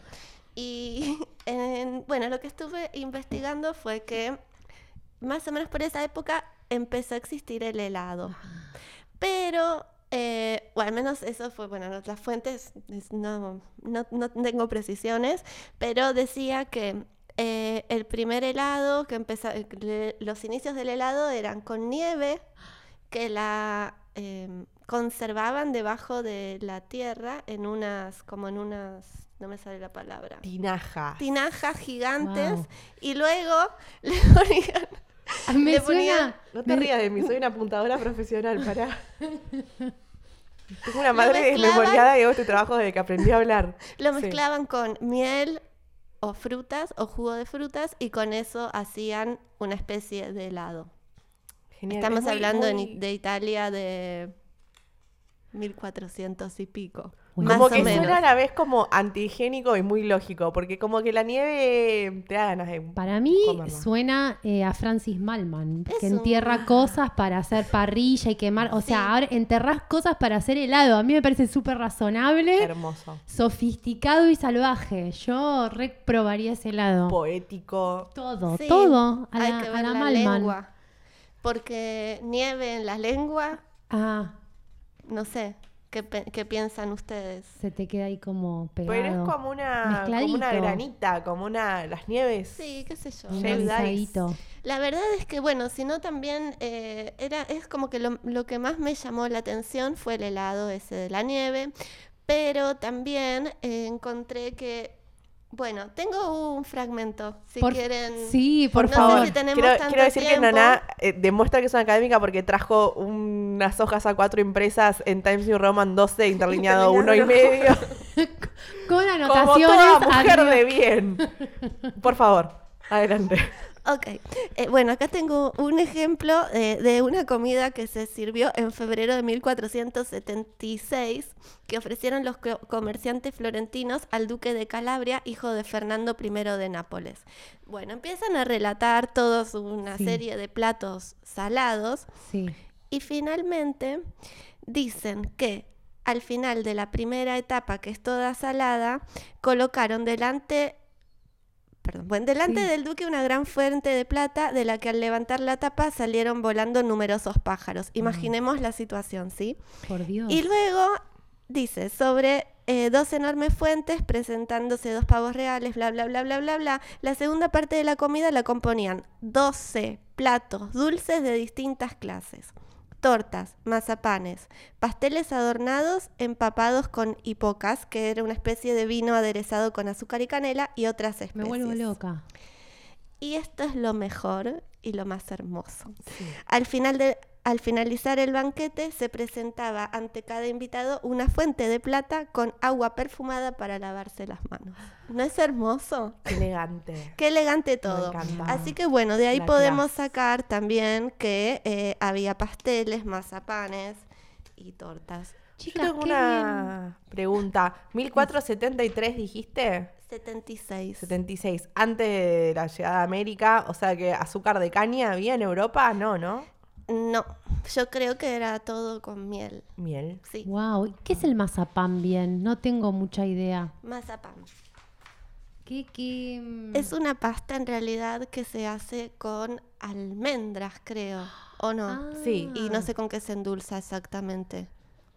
Speaker 6: Y en- bueno, lo que estuve investigando fue que más o menos por esa época empezó a existir el helado. Pero, eh, o al menos eso fue, bueno, no- las fuentes es- no, no, no tengo precisiones, pero decía que eh, el primer helado que empezó, le- los inicios del helado eran con nieve que la eh, conservaban debajo de la tierra en unas, como en unas, no me sale la palabra,
Speaker 2: tinaja.
Speaker 6: tinajas gigantes
Speaker 1: Wow.
Speaker 6: y luego le ponían...
Speaker 1: Ah, me
Speaker 6: le
Speaker 1: suena-
Speaker 6: ponían-
Speaker 2: No te rías de mí, soy una apuntadora profesional, pará. Tengo una
Speaker 6: Lo
Speaker 2: madre
Speaker 6: mezclaban.
Speaker 2: desmemoriada y hago este trabajo desde que aprendí a hablar.
Speaker 6: Lo
Speaker 2: Sí.
Speaker 6: mezclaban con miel o frutas o jugo de frutas y con eso hacían una especie de helado.
Speaker 2: Genial,
Speaker 6: Estamos
Speaker 2: es muy-
Speaker 6: hablando en
Speaker 2: muy-
Speaker 6: I- de Italia de 1400 y pico.
Speaker 1: Bueno,
Speaker 6: Más
Speaker 2: Como
Speaker 6: o
Speaker 2: que
Speaker 6: menos.
Speaker 2: suena a la vez como antihigiénico y muy lógico, porque como que la nieve te da ganas de...
Speaker 1: Para mí
Speaker 2: Comerla.
Speaker 1: suena eh, a Francis Malman,
Speaker 6: Es
Speaker 1: que
Speaker 6: un-
Speaker 1: entierra cosas para hacer parrilla y quemar. O sea,
Speaker 6: Sí.
Speaker 1: ahora enterrás cosas para hacer helado. A mí me parece súper razonable,
Speaker 2: Hermoso.
Speaker 1: sofisticado y salvaje. Yo reprobaría ese helado.
Speaker 2: Poético.
Speaker 1: Todo,
Speaker 6: Sí,
Speaker 1: todo a
Speaker 6: hay
Speaker 1: la,
Speaker 6: que
Speaker 1: a
Speaker 6: ver
Speaker 1: la
Speaker 6: la
Speaker 1: Malman.
Speaker 6: lengua. Porque nieve en la lengua,
Speaker 1: Ah,
Speaker 6: no sé, ¿qué, pe- qué piensan ustedes?
Speaker 1: se te queda ahí como pegado.
Speaker 2: Pero es como una, como una
Speaker 1: Mezcladito.
Speaker 2: granita, como una... Las nieves.
Speaker 6: Sí, qué sé yo.
Speaker 1: Un
Speaker 2: Shell dice.
Speaker 1: alisadito.
Speaker 6: La verdad es que, bueno, si no también eh, era, es como que lo, lo que más me llamó la atención fue el helado ese de la nieve, pero también eh, encontré que, bueno, tengo un fragmento, si
Speaker 1: Por-
Speaker 6: quieren.
Speaker 1: Sí, por
Speaker 6: no
Speaker 1: favor.
Speaker 6: sé si tenemos
Speaker 2: Quiero,
Speaker 6: tanto
Speaker 2: quiero decir
Speaker 6: tiempo.
Speaker 2: que Naná eh, demuestra que es una académica porque trajo unas hojas a cuatro impresas en Times New Roman 12, interlineado uno y medio.
Speaker 1: Con
Speaker 2: como
Speaker 1: anotaciones.
Speaker 2: toda mujer
Speaker 1: arriba.
Speaker 2: de bien. Por favor, adelante.
Speaker 6: Ok, eh, bueno, acá tengo un ejemplo eh, de una comida que se sirvió en febrero de 1476 que ofrecieron los co- comerciantes florentinos al duque de Calabria, hijo de Fernando I de Nápoles. Bueno, empiezan a relatar todos una
Speaker 1: Sí.
Speaker 6: serie de platos salados
Speaker 1: Sí.
Speaker 6: y finalmente dicen que al final de la primera etapa, que es toda salada, colocaron delante, perdón, bueno, delante
Speaker 1: Sí.
Speaker 6: del duque una gran fuente de plata de la que al levantar la tapa salieron volando numerosos pájaros. Imaginemos la situación, ¿sí?
Speaker 1: Por Dios.
Speaker 6: Y luego dice sobre eh, dos enormes fuentes presentándose dos pavos reales, bla, bla, bla, bla, bla, bla. La segunda parte de la comida la componían 12 platos dulces de distintas clases. Tortas, mazapanes, pasteles adornados empapados con hipocas, que era una especie de vino aderezado con azúcar y canela, y otras especies.
Speaker 1: Me vuelvo loca.
Speaker 6: Y esto es lo mejor y lo más hermoso. Al, final de- al finalizar el banquete se presentaba ante cada invitado una fuente de plata con agua perfumada para lavarse las manos. ¿No es hermoso?
Speaker 2: Elegante.
Speaker 6: Qué elegante todo.
Speaker 2: encanta.
Speaker 6: Así que bueno, de ahí
Speaker 2: La
Speaker 6: podemos
Speaker 2: clase.
Speaker 6: sacar también que eh, había pasteles, mazapanes y tortas.
Speaker 2: Yo
Speaker 1: Chicas,
Speaker 2: tengo
Speaker 1: qué bien.
Speaker 2: una pregunta. 1473 dijiste.
Speaker 6: 76.
Speaker 2: 76, antes de la llegada a América, o sea que azúcar de caña había en Europa, no, ¿no?
Speaker 6: No, yo creo que era todo con miel.
Speaker 2: Miel.
Speaker 6: Sí,
Speaker 1: Wow, ¿qué es el mazapán bien? No tengo mucha idea.
Speaker 6: mazapán.
Speaker 1: ¿Qué, qué, mm,
Speaker 6: Es una pasta en realidad que se hace con almendras, creo, ¿o no?
Speaker 1: Ah.
Speaker 2: Sí,
Speaker 6: Y no sé con qué se endulza exactamente.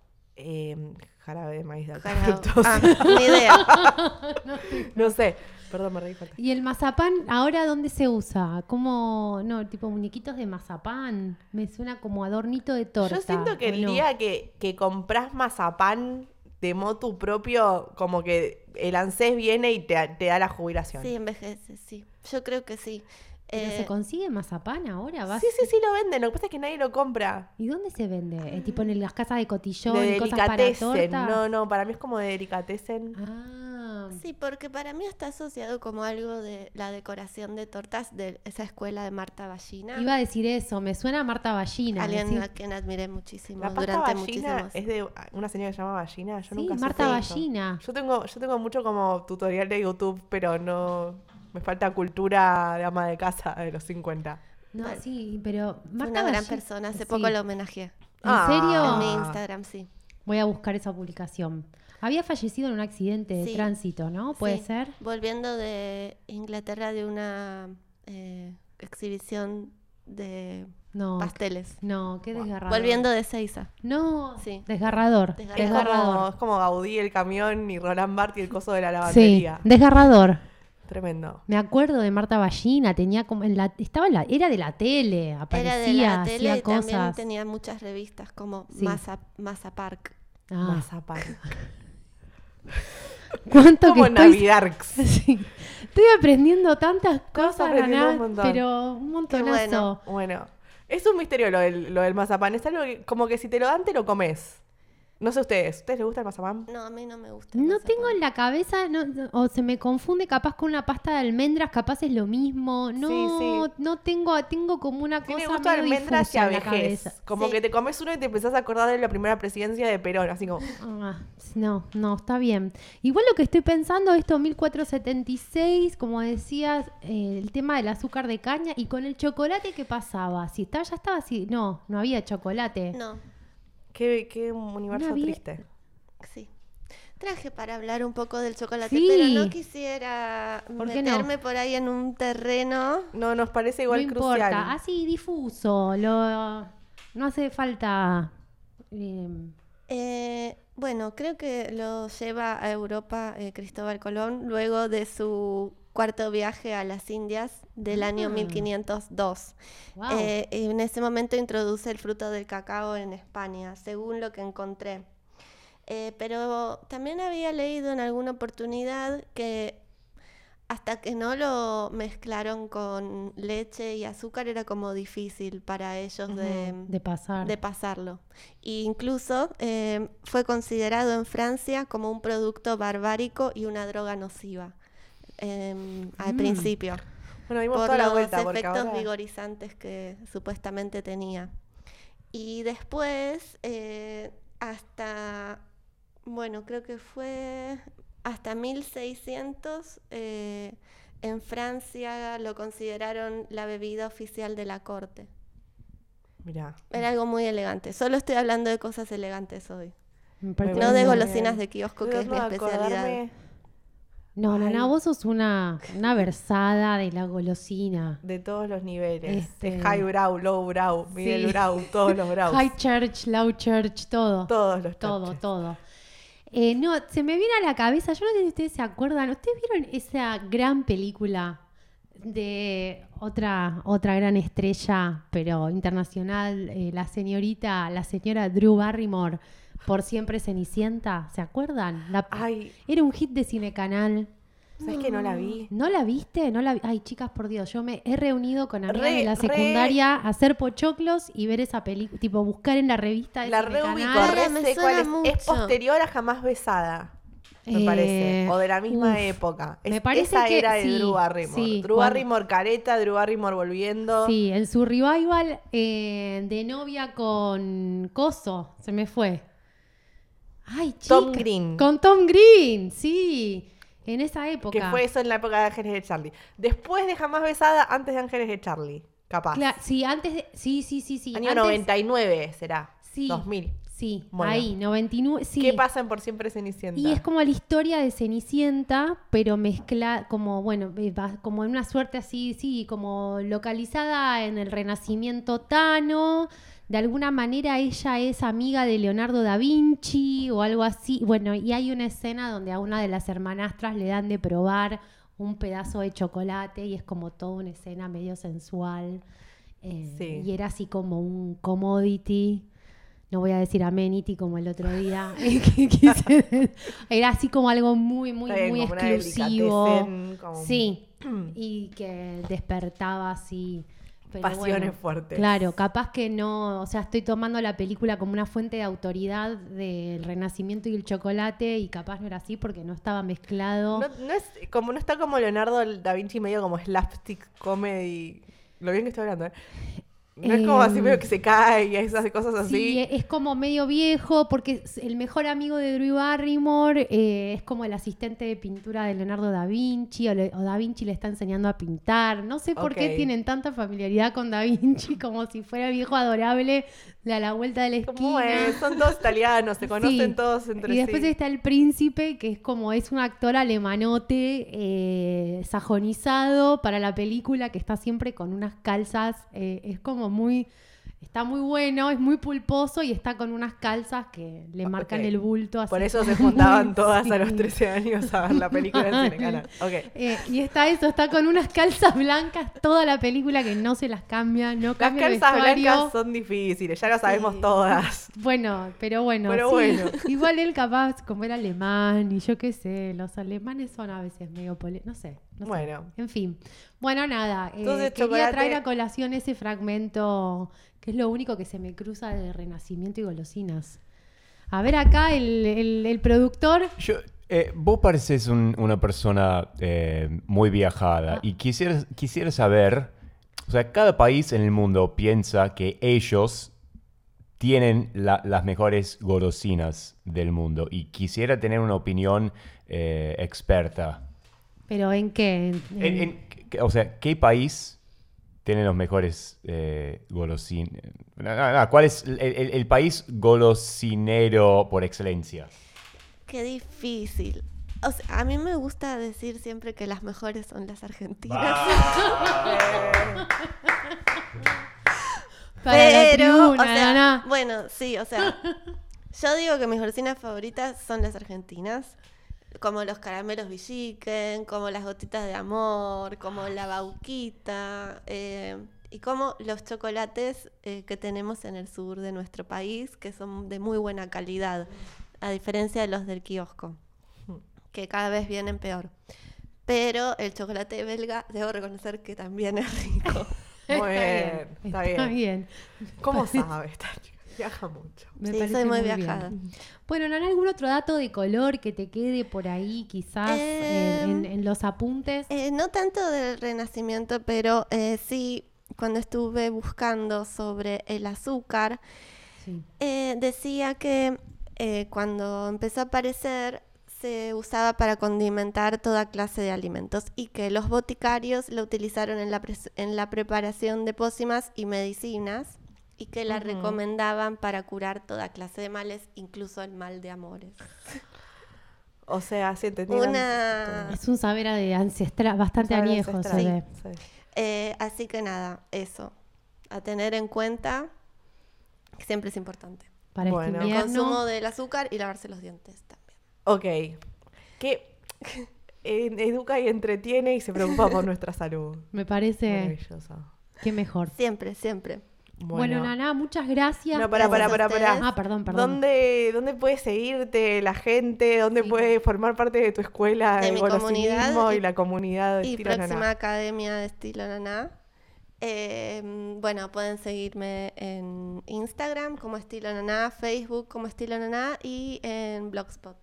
Speaker 2: Eh, jarabe de maíz de alta
Speaker 6: Para-
Speaker 2: fructosa.
Speaker 6: Ah, ni idea.
Speaker 2: No sé. Perdón, me reí fuerte.
Speaker 1: Ah. ¿Y el mazapán ahora dónde se usa? Como, no, tipo muñequitos de mazapán. Me suena como adornito de torta.
Speaker 2: Yo siento que
Speaker 1: ¿o
Speaker 2: el
Speaker 1: no?
Speaker 2: día que, que compras mazapán de motu propio, como que el ANSES viene y te, te da la jubilación.
Speaker 6: Sí,
Speaker 2: Sí,
Speaker 6: envejece, sí. Yo creo que sí.
Speaker 1: ¿Pero
Speaker 6: Eh,
Speaker 1: se consigue mazapán ahora? ¿Vas-
Speaker 2: sí, sí, lo venden. Lo que pasa es que nadie lo compra.
Speaker 1: ¿Y dónde se vende? Eh, tipo en las casas de cotillón,
Speaker 2: De
Speaker 1: y cosas para torta.
Speaker 2: delicatessen. No, no, para mí es como de delicatessen.
Speaker 1: Ah,
Speaker 6: sí, porque para mí está asociado como algo de la decoración de tortas de esa escuela de Marta Ballina.
Speaker 1: iba a decir eso. Me suena a Marta Ballina.
Speaker 6: alguien
Speaker 1: decir-
Speaker 6: a quien admiré muchísimo
Speaker 2: La pasta
Speaker 6: durante
Speaker 2: ballina
Speaker 6: muchísimos
Speaker 2: es de una señora que se llama Ballina. Yo
Speaker 1: Sí,
Speaker 2: nunca supe
Speaker 1: Marta
Speaker 2: eso.
Speaker 1: Ballina.
Speaker 2: Yo tengo, yo tengo mucho como tutorial de YouTube, pero no. Me falta cultura de ama de casa de los 50.
Speaker 1: No,
Speaker 6: Bueno.
Speaker 1: sí, pero
Speaker 6: Fue
Speaker 1: Marta
Speaker 6: Una gran
Speaker 1: Balli-
Speaker 6: persona, hace
Speaker 1: Sí.
Speaker 6: poco la homenajeé.
Speaker 1: ¿En
Speaker 2: Ah.
Speaker 1: serio?
Speaker 6: En mi Instagram, sí.
Speaker 1: Voy a buscar esa publicación. Había fallecido en un accidente de
Speaker 6: Sí.
Speaker 1: tránsito, ¿no? ¿Puede
Speaker 6: Sí,
Speaker 1: ser?
Speaker 6: Volviendo de Inglaterra de una eh, exhibición de
Speaker 1: No.
Speaker 6: pasteles.
Speaker 1: No, qué desgarrador.
Speaker 6: Volviendo de Seiza.
Speaker 1: No,
Speaker 6: Sí.
Speaker 1: desgarrador.
Speaker 6: Desgarrador.
Speaker 2: Es como,
Speaker 1: Desgarrador.
Speaker 2: es como Gaudí el camión y Roland Barthes y el coso de la
Speaker 1: Sí,
Speaker 2: lavandería.
Speaker 1: desgarrador.
Speaker 2: Tremendo.
Speaker 1: Me acuerdo de Marta Ballina, tenía como en la estaba en la era de la tele, aparecía,
Speaker 6: Era de la tele y
Speaker 1: hacía
Speaker 6: también
Speaker 1: cosas.
Speaker 6: tenía muchas revistas como
Speaker 1: Sí.
Speaker 6: Masa, Masa Park.
Speaker 1: Ah,
Speaker 2: Mazapán.
Speaker 1: cuánto que
Speaker 2: Como
Speaker 1: estoy
Speaker 2: Navidad.
Speaker 1: Sí. Estoy aprendiendo tantas cosas,
Speaker 2: aprendiendo
Speaker 1: Naná,
Speaker 2: un montón.
Speaker 1: pero un montonazo.
Speaker 6: bueno.
Speaker 2: Bueno, es un misterio lo del, lo del mazapán. Es algo que, como que si te lo dan, te lo comes. No sé ustedes, ¿ustedes les gusta el mazapán?
Speaker 6: No, a mí no me gusta. el
Speaker 1: No
Speaker 6: mazapán.
Speaker 1: tengo en la cabeza, no- no- o se me confunde capaz con una pasta de almendras, capaz es lo mismo. No,
Speaker 2: sí.
Speaker 1: no tengo, tengo como una cosa
Speaker 2: Tiene gusto a
Speaker 1: medio
Speaker 2: almendras y
Speaker 1: difusa
Speaker 2: a
Speaker 1: en la
Speaker 2: vejez.
Speaker 1: cabeza.
Speaker 2: Como
Speaker 6: Sí.
Speaker 2: que te comes uno y te empezás a acordar de la primera presidencia de Perón, así como...
Speaker 1: Ah, no, no, está bien. Igual lo que estoy pensando, esto 1476, como decías, eh, el tema del azúcar de caña y con el chocolate, ¿qué pasaba? Si estaba, ya estaba así. No, no había chocolate.
Speaker 6: No,
Speaker 2: Qué, qué universo
Speaker 1: Una vida-
Speaker 2: triste.
Speaker 6: sí. Traje para hablar un poco del chocolate,
Speaker 1: Sí.
Speaker 6: pero no quisiera
Speaker 1: ¿Por qué no?
Speaker 6: meterme por ahí en un terreno.
Speaker 2: No, nos parece igual
Speaker 1: no
Speaker 2: crucial.
Speaker 1: importa, así difuso, lo, no hace falta. em,
Speaker 6: Eh, bueno, creo que lo lleva a Europa eh, Cristóbal Colón luego de su cuarto viaje a las Indias del año
Speaker 1: Ah.
Speaker 6: 1502.
Speaker 1: Guau.
Speaker 6: Eh, y en ese momento introduce el fruto del cacao en España, según lo que encontré. Eh, pero también había leído en alguna oportunidad que hasta que no lo mezclaron con leche y azúcar era como difícil para ellos de,
Speaker 1: de pasar.
Speaker 6: de pasarlo. E incluso eh, fue considerado en Francia como un producto barbárico y una droga nociva em, al
Speaker 1: Mm.
Speaker 6: principio
Speaker 2: Bueno, dimos
Speaker 6: por
Speaker 2: toda la
Speaker 6: los
Speaker 2: vuelta porque
Speaker 6: efectos
Speaker 2: ahora...
Speaker 6: vigorizantes que supuestamente tenía. Y después, eh, hasta, bueno, creo que fue hasta 1600, eh, en Francia lo consideraron la bebida oficial de la corte.
Speaker 2: Mirá.
Speaker 6: Era algo muy elegante. Solo estoy hablando de cosas elegantes hoy.
Speaker 1: Me parece
Speaker 6: No de
Speaker 1: muy-
Speaker 6: golosinas de kiosco, que es mi
Speaker 2: Quiero
Speaker 6: especialidad.
Speaker 2: acordarme
Speaker 1: No, no, no,
Speaker 2: Ay.
Speaker 1: vos sos una, una versada de la golosina.
Speaker 2: De todos los niveles.
Speaker 1: Este-
Speaker 2: De high brow, low brow, middle
Speaker 1: Sí.
Speaker 2: brow, todos los brows.
Speaker 1: High church, low church, todo.
Speaker 2: Todos los
Speaker 1: Todo,
Speaker 2: choches.
Speaker 1: todo. Eh, no, se me viene a la cabeza, yo no sé si ustedes se acuerdan, ¿ustedes vieron esa gran película de otra, otra gran estrella, pero internacional, eh, la señorita, la señora Drew Barrymore, por siempre Cenicienta? ¿Se acuerdan? La-
Speaker 2: Ay,
Speaker 1: Era un hit de Cinecanal.
Speaker 2: ¿sabes que no la vi?
Speaker 1: ¿No la viste? No la vi- Ay, chicas, por Dios, yo me he reunido con amigas
Speaker 2: Re-
Speaker 1: de la
Speaker 2: re-
Speaker 1: secundaria a hacer pochoclos y ver esa película, tipo buscar en la revista de
Speaker 2: La
Speaker 1: Cinecanal.
Speaker 2: reubico,
Speaker 6: Ahora
Speaker 2: re
Speaker 6: me
Speaker 2: sé
Speaker 6: suena
Speaker 2: cuál es. Es
Speaker 6: mucho.
Speaker 2: posterior a Jamás Besada, me parece.
Speaker 1: Eh,
Speaker 2: O de la misma
Speaker 1: uf,
Speaker 2: época. Es-
Speaker 1: me parece
Speaker 2: esa
Speaker 1: que
Speaker 2: era de
Speaker 1: sí,
Speaker 2: Drew Barrymore.
Speaker 1: sí,
Speaker 2: Drew
Speaker 1: cuando-
Speaker 2: Barrymore careta, Drew Barrymore volviendo.
Speaker 1: Sí, en su revival eh, de novia con Coso, se me fue. Ay, chica.
Speaker 2: Tom Green.
Speaker 1: Con Tom Green, sí. En esa época.
Speaker 2: Que fue eso en la época de Ángeles de Charlie. Después de Jamás Besada, antes de Ángeles de Charlie. Capaz.
Speaker 1: Cla- sí, antes de- Sí, sí, sí, sí.
Speaker 2: Año
Speaker 1: antes-
Speaker 2: 99 será.
Speaker 1: Sí.
Speaker 2: 2000.
Speaker 1: Sí,
Speaker 2: Bueno.
Speaker 1: ahí, 99. Sí.
Speaker 2: ¿Qué pasan por siempre Cenicienta?
Speaker 1: Y es como la historia de Cenicienta, pero mezcla como, bueno, eh, va- como en una suerte así, sí, como localizada en el Renacimiento Tano. De alguna manera ella es amiga de Leonardo da Vinci o algo así. Bueno, y hay una escena donde a una de las hermanastras le dan de probar un pedazo de chocolate y es como toda una escena medio sensual. Eh,
Speaker 2: Sí.
Speaker 1: Y era así como un commodity. No voy a decir amenity como el otro día. que quise- era así como algo muy, muy,
Speaker 2: Está bien,
Speaker 1: muy
Speaker 2: como una
Speaker 1: exclusivo.
Speaker 2: delicatessen, como-
Speaker 1: Sí. Y que despertaba así. pero
Speaker 2: Pasiones
Speaker 1: bueno,
Speaker 2: fuertes.
Speaker 1: Claro, capaz que no. O sea, estoy tomando la película como una fuente de autoridad del renacimiento y el chocolate. Y capaz no era así porque no estaba mezclado.
Speaker 2: No, no es, como no está como Leonardo da Vinci medio como slapstick comedy. Lo bien que estoy hablando, ¿eh? No es como así
Speaker 1: Em,
Speaker 2: medio que se cae y esas cosas así.
Speaker 1: Sí, e- es como medio viejo, porque es el mejor amigo de Drew Barrymore eh, es como el asistente de pintura de Leonardo da Vinci, o, le- o da Vinci le está enseñando a pintar. No sé por qué
Speaker 2: Ok.
Speaker 1: tienen tanta familiaridad con da Vinci, como si fuera el viejo adorable de a la vuelta de la esquina.
Speaker 2: ¿Cómo es? Son todos italianos, se conocen
Speaker 1: Sí.
Speaker 2: todos entre
Speaker 1: Y después
Speaker 2: sí.
Speaker 1: está el príncipe, que es como es un actor alemanote, eh, sajonizado para la película, que está siempre con unas calzas, eh, es como muy, está muy bueno, es muy pulposo y está con unas calzas que le marcan
Speaker 2: Ah, Ok.
Speaker 1: el bulto. así
Speaker 2: Por eso se
Speaker 1: como muy-
Speaker 2: juntaban todas a los
Speaker 1: sí.
Speaker 2: 13 años a ver la película en Cinecanal. Ok.
Speaker 1: Eh, y está eso, está con unas calzas blancas toda la película que no se las cambia, no
Speaker 2: Las
Speaker 1: cambia el
Speaker 2: calzas
Speaker 1: vestuario.
Speaker 2: blancas son difíciles, ya lo sabemos todas.
Speaker 1: Bueno, pero bueno,
Speaker 2: Pero
Speaker 1: sí.
Speaker 2: bueno.
Speaker 1: Igual él capaz, como era alemán y yo qué sé, los alemanes son a veces medio pole... No sé, no sé.
Speaker 2: Bueno.
Speaker 1: En fin. Bueno, nada. eh,
Speaker 2: Entonces,
Speaker 1: quería
Speaker 2: chocolate-
Speaker 1: traer a colación ese fragmento que es lo único que se me cruza de Renacimiento y golosinas. A ver acá el, el- el productor.
Speaker 5: Yo, eh, vos pareces un- una persona eh, muy viajada y quisiera, quisiera saber, o sea, cada país en el mundo piensa que ellos tienen la- las mejores golosinas del mundo y quisiera tener una opinión eh, experta.
Speaker 1: ¿Pero en qué? En- en-
Speaker 5: En- en- que- o sea, ¿qué país tiene los mejores eh, golosinas? ¿Cuál es el- el- el país golosinero por excelencia?
Speaker 6: Qué difícil. O sea, a mí me gusta decir siempre que las mejores son las argentinas.
Speaker 1: para la
Speaker 6: Pero, o
Speaker 1: tribuna,
Speaker 6: sea,
Speaker 1: Naná.
Speaker 6: bueno, sí, o sea, yo digo que mis golosinas favoritas son las argentinas, como los caramelos Villiquen, como las gotitas de amor, como la bauquita, eh, y como los chocolates eh, que tenemos en el sur de nuestro país, que son de muy buena calidad, a diferencia de los del kiosco, que cada vez vienen peor. Pero el chocolate belga, debo reconocer que también es rico.
Speaker 2: Muy bien, está bien. ¿Cómo
Speaker 1: Parece-
Speaker 2: sabe esta chica? Viaja mucho.
Speaker 1: Me
Speaker 6: Sí,
Speaker 1: parece
Speaker 6: soy muy
Speaker 1: bien.
Speaker 6: viajada.
Speaker 1: Bueno, ¿no hay algún otro dato de color que te quede por ahí, quizás, en- en,
Speaker 6: Em,
Speaker 1: en los apuntes?
Speaker 6: Eh, no tanto del renacimiento, pero eh, sí, cuando estuve buscando sobre el azúcar,
Speaker 1: Sí.
Speaker 6: eh, decía que eh, cuando empezó a aparecer se usaba para condimentar toda clase de alimentos y que los boticarios lo utilizaron en la, pres- en la preparación de pócimas y medicinas y que la recomendaban para curar toda clase de males, incluso el mal de amores.
Speaker 2: O sea, sí entendí.
Speaker 6: Una...
Speaker 1: Es un saber de ancestral, bastante añejo, se ve.
Speaker 6: Eh, así que nada, eso. A tener en cuenta que siempre es importante.
Speaker 1: Para
Speaker 2: Bueno.
Speaker 1: este
Speaker 6: El consumo
Speaker 1: invierno.
Speaker 6: del azúcar y lavarse los dientes también.
Speaker 2: Ok. Que en- educa y entretiene y se preocupa por nuestra salud.
Speaker 1: Me parece
Speaker 2: Maravilloso.
Speaker 1: que mejor.
Speaker 6: Siempre, siempre.
Speaker 1: Bueno, Naná, muchas gracias.
Speaker 2: No, para, para,
Speaker 6: Gracias
Speaker 2: para,
Speaker 6: a
Speaker 2: para.
Speaker 6: ustedes.
Speaker 1: Ah, perdón, perdón.
Speaker 2: ¿Dónde, ¿Dónde puede seguirte la gente? ¿Dónde
Speaker 1: Sí.
Speaker 2: puede formar parte de tu escuela
Speaker 6: De
Speaker 2: de,
Speaker 6: mi
Speaker 2: golosinismo
Speaker 6: comunidad
Speaker 2: y,
Speaker 6: y-
Speaker 2: la comunidad de
Speaker 6: Y
Speaker 2: estilo
Speaker 6: próxima
Speaker 2: Naná?
Speaker 6: academia de estilo naná. Eh, bueno, pueden seguirme en Instagram como estilo naná, Facebook como estilo naná y en Blogspot.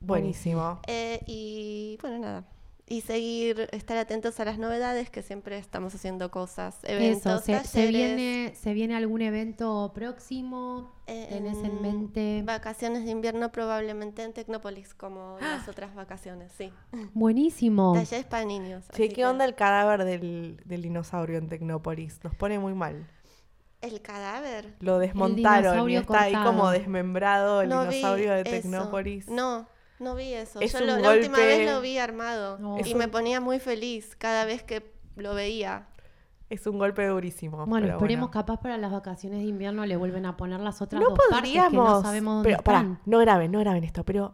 Speaker 2: Buenísimo.
Speaker 6: Eh, y bueno, nada. Y seguir, estar atentos a las novedades que siempre estamos haciendo cosas,
Speaker 1: Eso,
Speaker 6: eventos,
Speaker 1: se,
Speaker 6: talleres.
Speaker 1: se viene, ¿se viene algún evento próximo? ¿Tenés en mente?
Speaker 6: eh, Vacaciones de invierno probablemente en Tecnópolis, como
Speaker 1: ¡Ah!
Speaker 6: las otras vacaciones, sí.
Speaker 1: Buenísimo.
Speaker 6: Talleres para niños.
Speaker 2: Che,
Speaker 6: así
Speaker 2: ¿qué
Speaker 6: que-
Speaker 2: onda el cadáver del, del dinosaurio en Tecnópolis? Nos pone muy mal.
Speaker 6: El cadáver.
Speaker 2: Lo desmontaron y
Speaker 1: dinosaurio
Speaker 2: está ahí
Speaker 1: cortado.
Speaker 2: como desmembrado el
Speaker 6: No vi
Speaker 2: dinosaurio de
Speaker 6: eso.
Speaker 2: Tecnópolis.
Speaker 6: No, no vi eso.
Speaker 2: Es
Speaker 6: Yo
Speaker 2: un
Speaker 6: lo- la última
Speaker 2: golpe-
Speaker 6: vez lo vi armado
Speaker 1: No.
Speaker 6: y
Speaker 1: Es
Speaker 6: me ponía muy feliz cada vez que lo veía.
Speaker 2: Es un golpe durísimo.
Speaker 1: Bueno,
Speaker 2: pero
Speaker 1: esperemos capaz para las vacaciones de invierno le vuelven a poner las otras
Speaker 2: No
Speaker 1: dos partes que no
Speaker 2: podríamos.
Speaker 1: sabemos dónde
Speaker 2: pero pará,
Speaker 1: están.
Speaker 2: no graben, no graben esto, pero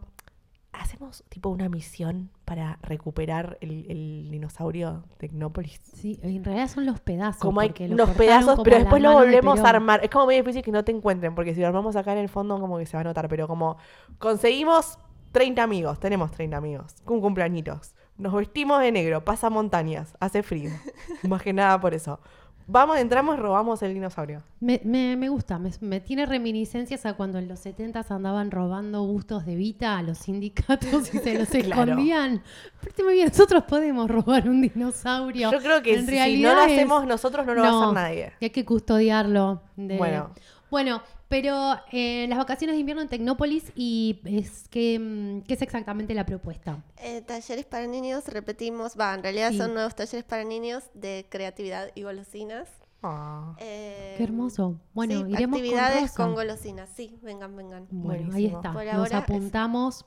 Speaker 2: hacemos tipo una misión para recuperar el, el dinosaurio Tecnópolis.
Speaker 1: Sí, en realidad son los pedazos.
Speaker 2: Como hay
Speaker 1: porque lo
Speaker 2: unos
Speaker 1: cortaron
Speaker 2: pedazos,
Speaker 1: como
Speaker 2: pero
Speaker 1: la
Speaker 2: después lo
Speaker 1: mano de
Speaker 2: volvemos a
Speaker 1: Perón.
Speaker 2: armar. Es como muy difícil que no te encuentren, porque si lo armamos acá en el fondo, como que se va a notar. Pero como conseguimos 30 amigos, tenemos 30 amigos, un cumpleañitos. Nos vestimos de negro, pasa montañas, hace frío. Más que nada por eso. Vamos, entramos, robamos el dinosaurio.
Speaker 1: Me, me- me gusta, me, me tiene reminiscencias a cuando en los 70 andaban robando bustos de Vita a los sindicatos y se los
Speaker 2: Claro.
Speaker 1: escondían. Pero muy bien, nosotros podemos robar un dinosaurio.
Speaker 2: Yo creo que
Speaker 1: En
Speaker 2: si- si
Speaker 1: realidad
Speaker 2: no lo
Speaker 1: es-
Speaker 2: hacemos nosotros, no lo va a hacer nadie.
Speaker 1: y hay que custodiarlo. de-
Speaker 2: Bueno.
Speaker 1: Bueno, pero eh, las vacaciones de invierno en Tecnópolis y es que, mm, ¿qué es exactamente la propuesta?
Speaker 6: Eh, talleres para niños, repetimos, va, en realidad
Speaker 1: Sí.
Speaker 6: son nuevos talleres para niños de creatividad y golosinas. Eh,
Speaker 2: Ah.
Speaker 1: Qué hermoso. Bueno, iremos con
Speaker 6: actividades
Speaker 1: Rosa.
Speaker 6: con, golosinas. Sí, vengan, vengan.
Speaker 1: Bueno, ahí
Speaker 2: Buenísimo.
Speaker 1: está.
Speaker 6: Por
Speaker 1: Nos
Speaker 6: ahora es-
Speaker 1: apuntamos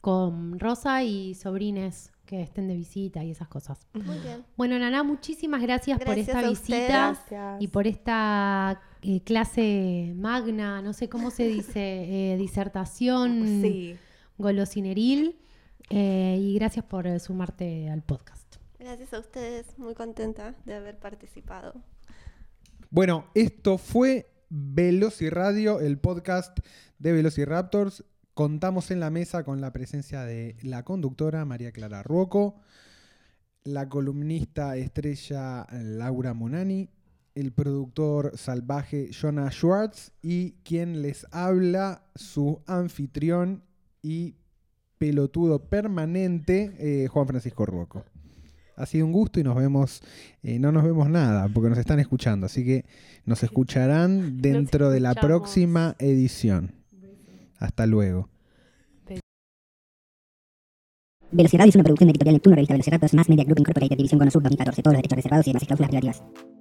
Speaker 1: con Rosa y sobrines que estén de visita y esas cosas.
Speaker 6: Muy bien.
Speaker 1: Bueno, Naná, muchísimas gracias, por
Speaker 6: Gracias
Speaker 1: esta
Speaker 6: a
Speaker 1: visita
Speaker 6: ustedes.
Speaker 2: Gracias.
Speaker 1: y por esta eh, clase magna, no sé cómo se dice, eh, disertación
Speaker 2: Sí.
Speaker 1: golosineril. eh, y gracias por eh, sumarte al podcast.
Speaker 6: Gracias a ustedes, muy contenta de haber participado.
Speaker 3: Bueno, esto fue Velociradio, el podcast de Velociraptors. Contamos en la mesa con la presencia de la conductora María Clara Ruoco, la columnista estrella Laura Munani, el productor salvaje Jonah Schwartz y quien les habla, su anfitrión y pelotudo permanente, eh, Juan Francisco Ruoco. Ha sido un gusto y nos vemos, eh, no nos vemos nada porque nos están escuchando, así que nos escucharán dentro de la
Speaker 1: escuchamos.
Speaker 3: próxima edición. Hasta luego.
Speaker 7: Velocidad es una producción de Editorial Neptuno, revista Velocidad Plus, más Media Group Incorporated, División Cono Sub 2014. Todos los derechos reservados y demás cláusulas privativas.